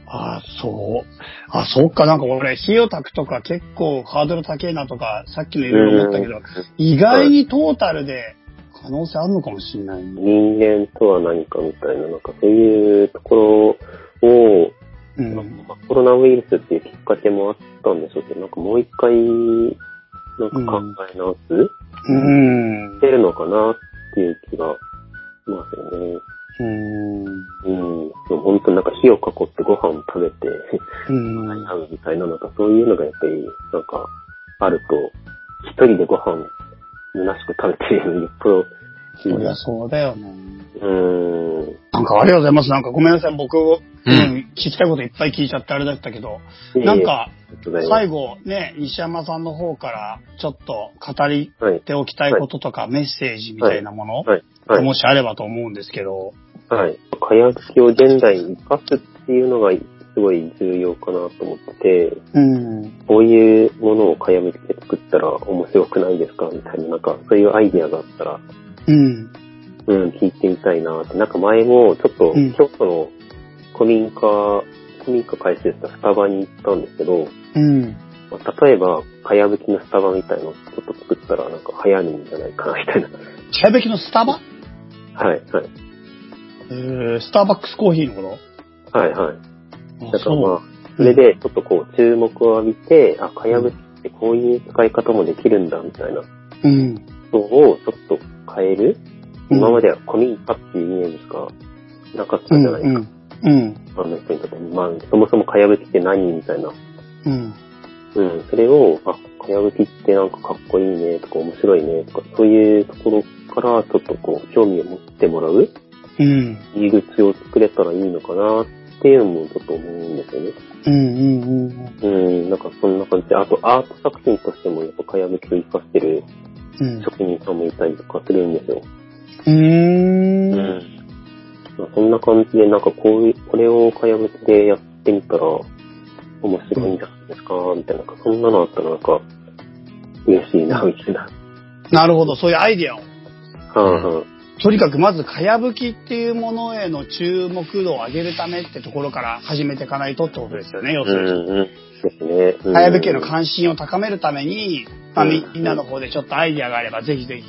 [SPEAKER 1] ああ、そう。あ、そっか、なんか俺、火を焚くとか結構ハードル高いなとか、さっきのいろいろ思ったけど、意外にトータルで可能性あるのかもしれないね。
[SPEAKER 3] 人間とは何かみたいな、なんかそういうところを、
[SPEAKER 1] うん。
[SPEAKER 3] まあコロナウイルスっていうきっかけもあったんでしょうけど、なんかもう一回、なんか考え直す、
[SPEAKER 1] うん。
[SPEAKER 3] 出るのかなっていう気がしますよね。
[SPEAKER 1] うん。
[SPEAKER 3] うん。でも本当になんか火を囲ってご飯を食べて、
[SPEAKER 1] うん。
[SPEAKER 3] 会うみたいな、なんかそういうのがやっぱり、なんか、あると、一人でご飯、虚しく食べてるよっぽど、
[SPEAKER 1] そりゃそうだよね。
[SPEAKER 3] うん。
[SPEAKER 1] なんかありがとうございます。なんかごめんなさい。僕、うんん、聞きたいこといっぱい聞いちゃってあれだったけど、
[SPEAKER 3] いえいえ
[SPEAKER 1] なん、か、
[SPEAKER 3] ありがとうございます
[SPEAKER 1] 最後ね、西山さんの方からちょっと語り
[SPEAKER 3] はい。
[SPEAKER 1] ておきたいこととか、メッセージみたいなもの、
[SPEAKER 3] はい。はい。
[SPEAKER 1] もしあればと思うんですけど、
[SPEAKER 3] はい。火薬を現代に生かすっていうのがすごい重要かなと思ってて、
[SPEAKER 1] うん。
[SPEAKER 3] こういうものを火薬で作ったら面白くないですかみたいな、なんかそういうアイディアがあったら、
[SPEAKER 1] うん。
[SPEAKER 3] うん、聞いてみたいなって。なんか前もちょっと
[SPEAKER 1] うん
[SPEAKER 3] 京都の古民家、古民家開設したスタバに行ったんですけど、
[SPEAKER 1] うん。
[SPEAKER 3] まあ例えば、かやぶきのスタバみたいのをちょっと作ったらなんか流行るんじゃないかな、みたいな。
[SPEAKER 1] 茶べきのスタバ
[SPEAKER 3] はい、はい。
[SPEAKER 1] えー、スターバックスコーヒーのこ
[SPEAKER 3] はい、はい。
[SPEAKER 1] と
[SPEAKER 3] だからまあ、
[SPEAKER 1] う
[SPEAKER 3] それでちょっとこう注目を浴びて、あ、かやぶきってこういう使い方もできるんだみたいな
[SPEAKER 1] う。うん。
[SPEAKER 3] ことをちょっと変える。
[SPEAKER 1] うん
[SPEAKER 3] 今までは古民家っていうイメージしかなかったじゃないですか。
[SPEAKER 1] うん。うん。
[SPEAKER 3] あの人にとって、まあ、そもそもかやぶきって何みたいな。
[SPEAKER 1] うん。
[SPEAKER 3] うん、それを、あ、かやぶきってなんかかっこいいねとか面白いねとか、そういうところからちょっとこう、興味を持ってもらう
[SPEAKER 1] うん。
[SPEAKER 3] 入り口を作れたらいいのかなっていうのもちょっと思うんですよね。
[SPEAKER 1] うん。うん。うん。
[SPEAKER 3] うん、なんかそんな感じで、あとアート作品としてもやっぱかやぶきを活かしてる
[SPEAKER 1] うん。
[SPEAKER 3] 職人さんもいたりとかするんですよ。
[SPEAKER 1] う。
[SPEAKER 3] うん
[SPEAKER 1] うん。
[SPEAKER 3] ん。そんな感じで、なんかこういう、これをかやぶきでやってみたら面白いんじゃないですか、みたいな、そんなのあったらなんか嬉しいな、みたいな。
[SPEAKER 1] なるほど、そういうアイデアを。
[SPEAKER 3] はいはい。
[SPEAKER 1] とにかくまず、かやぶきっていうものへの注目度を上げるためってところから始めていかないとってことですよね、要す
[SPEAKER 3] う
[SPEAKER 1] るに。
[SPEAKER 3] んうん。ですね。うん
[SPEAKER 1] かやぶきへの関心を高めるために、まあ、
[SPEAKER 3] うん
[SPEAKER 1] みんなの方でちょっとアイデアがあれば、ぜひぜひ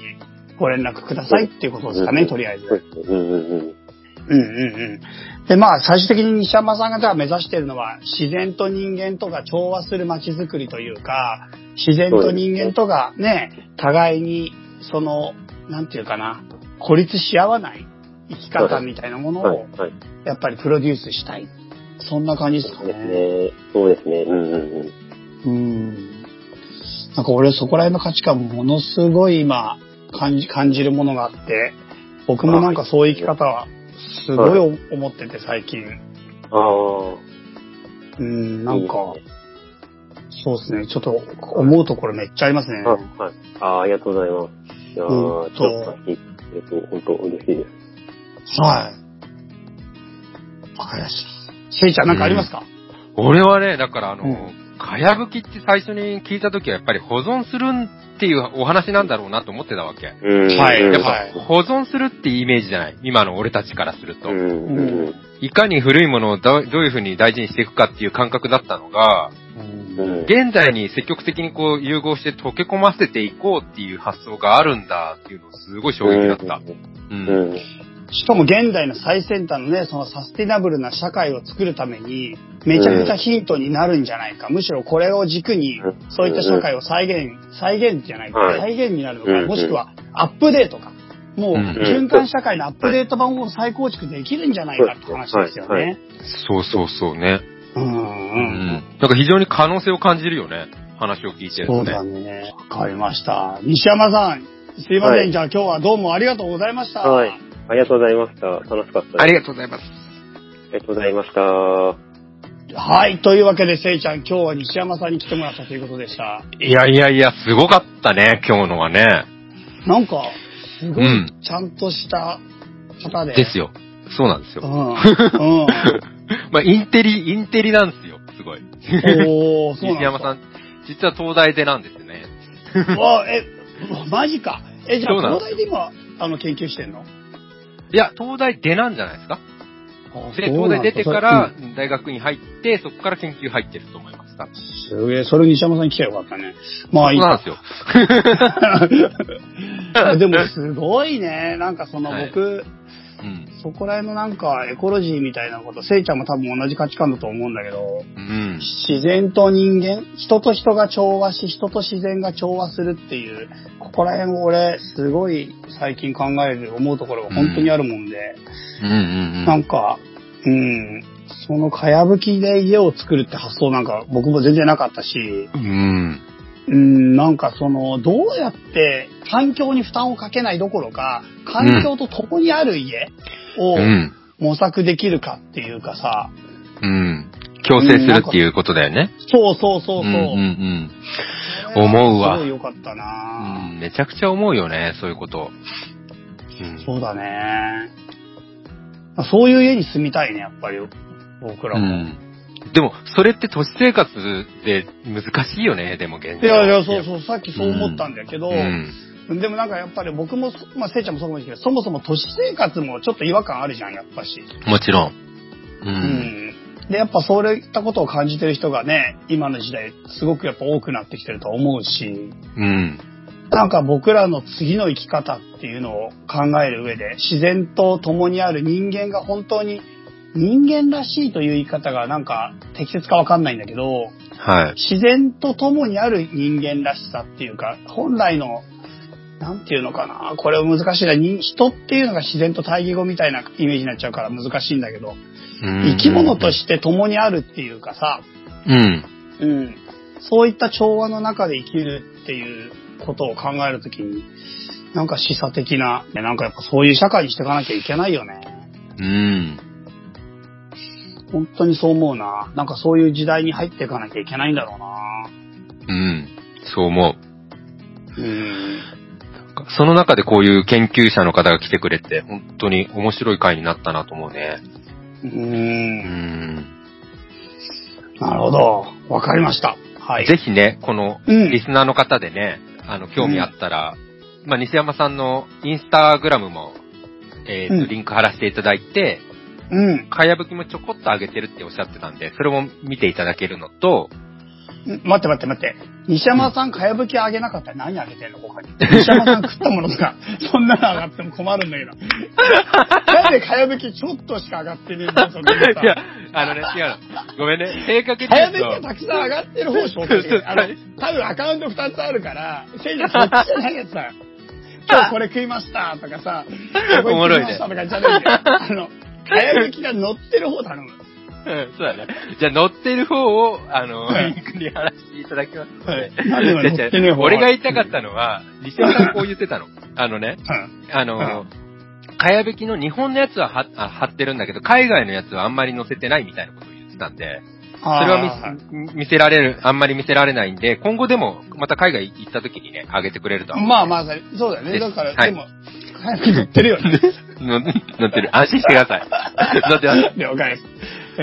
[SPEAKER 1] ご連絡くださいっていうことですかね、とりあえず。
[SPEAKER 3] そうですね。うんうんうん。
[SPEAKER 1] うんうんうん。で、まあ、最終的に西山さんがじゃあ目指しているのは、自然と人間とが調和する街づくりというか、自然と人間とがね、互いに、その、なんていうかな、孤立し合わない生き方みたいなもの
[SPEAKER 3] はい
[SPEAKER 1] を、
[SPEAKER 3] はい。
[SPEAKER 1] やっぱりプロデュースしたい。そんな感じですか
[SPEAKER 3] そうです
[SPEAKER 1] ね。
[SPEAKER 3] ね。そうですね。うんうんうん。
[SPEAKER 1] うん。なんか俺そこら辺の価値観ものすごい今、感じ、感じるものがあって、僕もなんかそういう生き方は、すごい思ってて最近。
[SPEAKER 3] ああ。
[SPEAKER 1] うん、なんか、
[SPEAKER 3] いいです
[SPEAKER 1] そうですね。ちょっと思うところめっちゃありますね。
[SPEAKER 3] ねはいはい。ああ、ありがとうございます。いやー
[SPEAKER 1] うん
[SPEAKER 3] ちょっと聞いてくれて、本当嬉しいです。
[SPEAKER 1] はい。わかりました。せいちゃんなんかありますか、
[SPEAKER 2] 俺はね、だからあの、
[SPEAKER 1] う
[SPEAKER 2] かやぶきって最初に聞いた時はやっぱり保存するんっていうお話なんだろうなと思ってたわけ。
[SPEAKER 3] うん
[SPEAKER 1] はい
[SPEAKER 3] うん
[SPEAKER 2] やっ
[SPEAKER 1] はい
[SPEAKER 2] ぱ保存するってイメージじゃない。今の俺たちからすると。
[SPEAKER 3] うんうん
[SPEAKER 2] いかに古いものをどどういうふうに大事にしていくかっていう感覚だったのが、
[SPEAKER 1] うん
[SPEAKER 3] うん。うん
[SPEAKER 2] 現在に積極的にこう融合して溶け込ませていこうっていう発想があるんだっていうのすごい衝撃だった。う。
[SPEAKER 3] うんん。
[SPEAKER 1] しかも現代の最先端のね、そのサスティナブルな社会を作るために、めちゃくちゃヒントになるんじゃないか。むしろこれを軸に
[SPEAKER 3] うん、
[SPEAKER 1] そういった社会を再現、再現じゃないか、
[SPEAKER 3] はい
[SPEAKER 1] 再現になるの
[SPEAKER 3] うんう
[SPEAKER 1] か、
[SPEAKER 3] ん
[SPEAKER 1] もしくはアップデートか。もう、
[SPEAKER 2] うん
[SPEAKER 1] 循環社会のアップデート版を再構築できるんじゃないかって話ですよ
[SPEAKER 3] はいは
[SPEAKER 1] ね。
[SPEAKER 2] そうそうそうね。
[SPEAKER 1] うんう
[SPEAKER 2] うん
[SPEAKER 1] うん
[SPEAKER 2] ん。だから非常に可能性を感じるよね。話を聞いて
[SPEAKER 1] そ
[SPEAKER 2] ると
[SPEAKER 1] う
[SPEAKER 2] ね。
[SPEAKER 1] だね。わかりました。西山さん、すいません。
[SPEAKER 3] はい
[SPEAKER 1] じゃあ今日はどうもありがとうございました。
[SPEAKER 3] はい。ありがとうございました。楽しかったです。
[SPEAKER 2] あ
[SPEAKER 3] あ
[SPEAKER 2] りがとうございます。
[SPEAKER 3] りがとうございました。は
[SPEAKER 1] はい。というわけで、せいちゃん、今日は西山さんに来てもらったということでした。
[SPEAKER 2] いやいやいや、すごかったね、今日のはね。
[SPEAKER 1] なんか、すご
[SPEAKER 2] う
[SPEAKER 1] い
[SPEAKER 2] ん、
[SPEAKER 1] ちゃんとした方で。
[SPEAKER 2] ですよ。そうなんです
[SPEAKER 1] う
[SPEAKER 2] <laughs> よ。
[SPEAKER 1] ん。うん。
[SPEAKER 2] <laughs> まあ、インテリ、インテリなんですよ、すごい。
[SPEAKER 1] おー、そうなん
[SPEAKER 2] 西山さん、実は東大でなんですよね。
[SPEAKER 1] ん。わえ、マジか。え、じゃあ、
[SPEAKER 2] そうなん
[SPEAKER 1] 東大
[SPEAKER 2] です
[SPEAKER 1] で今、あの、研究してんの
[SPEAKER 2] いや、東大出なんじゃないですかで、東大出てから、大学に入って、そこから研究入ってると思います。多分
[SPEAKER 1] すげえ、それ西山さんに来ちゃよかったね。まあいい
[SPEAKER 2] そうな
[SPEAKER 1] か
[SPEAKER 2] ん。ですよ。 <laughs>
[SPEAKER 1] <laughs> でもすごいね。なんかその
[SPEAKER 2] はい
[SPEAKER 1] 僕、
[SPEAKER 2] うん。
[SPEAKER 1] そこら辺のなんかエコロジーみたいなこと、せいちゃんも多分同じ価値観だと思うんだけど、
[SPEAKER 2] うん。
[SPEAKER 1] 自然と人間、人と人が調和し、人と自然が調和するっていう、ここら辺を俺、すごい最近考える、思うところが本当にあるもんで、
[SPEAKER 2] うんうん
[SPEAKER 1] なんか、うん、そのかやぶきで家を作るって発想なんか僕も全然なかったし、
[SPEAKER 2] うん。うん。
[SPEAKER 1] うん、なんかその、どうやって環境に負担をかけないどころか、環境と共にある家を
[SPEAKER 2] うん。
[SPEAKER 1] 模索できるかっていうかさ、
[SPEAKER 2] うん。強制するっていうことだよね。
[SPEAKER 1] そうそうそうそう。
[SPEAKER 2] うんうんうん思うわ
[SPEAKER 1] すごい良かった
[SPEAKER 2] う
[SPEAKER 1] な、
[SPEAKER 2] ん。めちゃくちゃ思うよね、そういうこと。うん
[SPEAKER 1] そうだね。そういう家に住みたいね、やっぱり。僕ら
[SPEAKER 2] う
[SPEAKER 1] も。
[SPEAKER 2] ん。でも、それって都市生活で難しいよね、でも現
[SPEAKER 1] い
[SPEAKER 2] 状。
[SPEAKER 1] やいや、そうそう、さっきそう思ったんだけど、
[SPEAKER 2] うん。
[SPEAKER 1] でもなんかやっぱり僕も、まあ、せいちゃんもそうかもしれないけど、そもそも都市生活もちょっと違和感あるじゃん、やっぱし。
[SPEAKER 2] もちろん。う。
[SPEAKER 1] うんで、やっぱそういったことを感じてる人がね、今の時代、すごくやっぱ多くなってきてると思うし、
[SPEAKER 2] うん。
[SPEAKER 1] なんか僕らの次の生き方っていうのを考える上で、自然と共にある人間が本当に人間らしいという言い方がなんか適切かわかんないんだけど、
[SPEAKER 2] はい。
[SPEAKER 1] 自然と共にある人間らしさっていうか、本来の、なんていうのかな。これ難しいな。人人っていうのが自然と対義語みたいなイメージになっちゃうから難しいんだけど、生き物として共にあるっていうかさ、
[SPEAKER 2] うん。
[SPEAKER 1] うん。そういった調和の中で生きるっていうことを考えるときに、なんか示唆的な、ねなんかやっぱそういう社会にしていかなきゃいけないよね。
[SPEAKER 2] うん。
[SPEAKER 1] 本当にそう思うな。なんかそういう時代に入っていかなきゃいけないんだろうな。
[SPEAKER 2] うん。そう思う。
[SPEAKER 1] うん。
[SPEAKER 2] その中でこういう研究者の方が来てくれて、本当に面白い回になったなと思うね。
[SPEAKER 1] う。
[SPEAKER 2] うんん。
[SPEAKER 1] なるほど。わかりました。はい。
[SPEAKER 2] ぜひね、この
[SPEAKER 1] うん
[SPEAKER 2] リスナーの方でね、あの、興味あったら、まあ、西山さんのインスタグラムも、えっ、
[SPEAKER 1] う
[SPEAKER 2] と、
[SPEAKER 1] ん
[SPEAKER 2] リンク貼らせていただいて、
[SPEAKER 1] うん。
[SPEAKER 2] かやぶきもちょこっと上げてるっておっしゃってたんで、それも見ていただけるのと、
[SPEAKER 1] 待って待って待って。西山さん、かやぶきあげなかったら何あげてんの他に。西山さん食ったものとか、 <laughs> そんなの上がっても困るんだけど。なんでかやぶきちょっとしか上がってねえんだよ、そこに
[SPEAKER 2] <laughs> いや
[SPEAKER 1] さ。、
[SPEAKER 2] あのね、違うの。ごめんね。正確に
[SPEAKER 1] かや
[SPEAKER 2] 言う
[SPEAKER 1] ぶきが
[SPEAKER 2] と、
[SPEAKER 1] たくさん上がってる方紹
[SPEAKER 2] <laughs>
[SPEAKER 1] 介してくれあの、多分アカウント2つあるから、せいじゃそっちじゃないやつだ。今日これ食いましたとかさ、こ
[SPEAKER 2] おも
[SPEAKER 1] これ
[SPEAKER 2] ろ
[SPEAKER 1] 食
[SPEAKER 2] い
[SPEAKER 1] いました。とか
[SPEAKER 2] ね
[SPEAKER 1] じゃないんだよ。あの、かやぶきが乗ってる方頼む。
[SPEAKER 2] うんそうだね。じゃあ乗ってる方を、あの、
[SPEAKER 1] はい
[SPEAKER 2] リンクに貼らせていただきますの
[SPEAKER 1] は
[SPEAKER 2] で
[SPEAKER 1] い。何でも乗ってねえ
[SPEAKER 2] じゃあじゃあ
[SPEAKER 1] 方は
[SPEAKER 2] 俺が言いたかったのは、西山さんこう言ってた
[SPEAKER 1] <laughs>
[SPEAKER 2] の。あのね、
[SPEAKER 1] うん。
[SPEAKER 2] あの、かやぶきの日本のやつは貼あ貼ってるんだけど、海外のやつはあんまり載せてないみたいなことを言ってたんで、
[SPEAKER 1] それ
[SPEAKER 2] それは見見せられる、あんまり見せられないんで、今後でもまた海外行った時にね、あげてくれるとは思う
[SPEAKER 1] まあまあ、そうだよね。
[SPEAKER 2] です
[SPEAKER 1] だから、
[SPEAKER 2] はい
[SPEAKER 1] でも、早く乗ってるよね。
[SPEAKER 2] の乗ってる。安心してください。乗ってます。
[SPEAKER 1] <laughs> 了解です。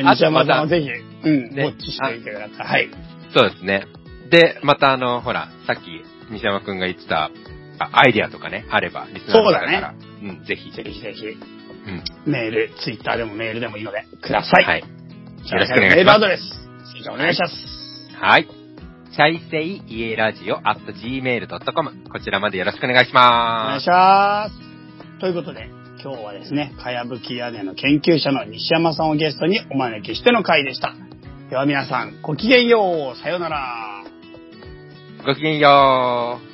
[SPEAKER 2] あ
[SPEAKER 1] 西山さんはぜひ、うん、
[SPEAKER 2] ね
[SPEAKER 1] ウォッチしていてください。はい。
[SPEAKER 2] そうですね。で、またあの、ほら、さっき西山くんが言ってた、あアイディアとかね、あれば、リスナーの方から。うん、ぜひぜ
[SPEAKER 1] ぜ
[SPEAKER 2] ひ。
[SPEAKER 1] ひぜひ、
[SPEAKER 2] うん。
[SPEAKER 1] メール、ツイッターでもメールでもいいので、ください。
[SPEAKER 2] はい。よ
[SPEAKER 1] じゃあ
[SPEAKER 2] ろしくお願いし
[SPEAKER 1] メール
[SPEAKER 2] ま
[SPEAKER 1] ア
[SPEAKER 2] す
[SPEAKER 1] ド。レス、先生お願いします。
[SPEAKER 2] はい。チャイセイイエラジオアット gmail.com。こちらまでよろしくお願いし
[SPEAKER 1] お願い
[SPEAKER 2] ま
[SPEAKER 1] します。ということで、今日はですね、かやぶき屋根の研究者の西山さんをゲストにお招きしての回でした。では皆さん、ごきげんよう。さようなら。
[SPEAKER 2] す。ごきげんよう。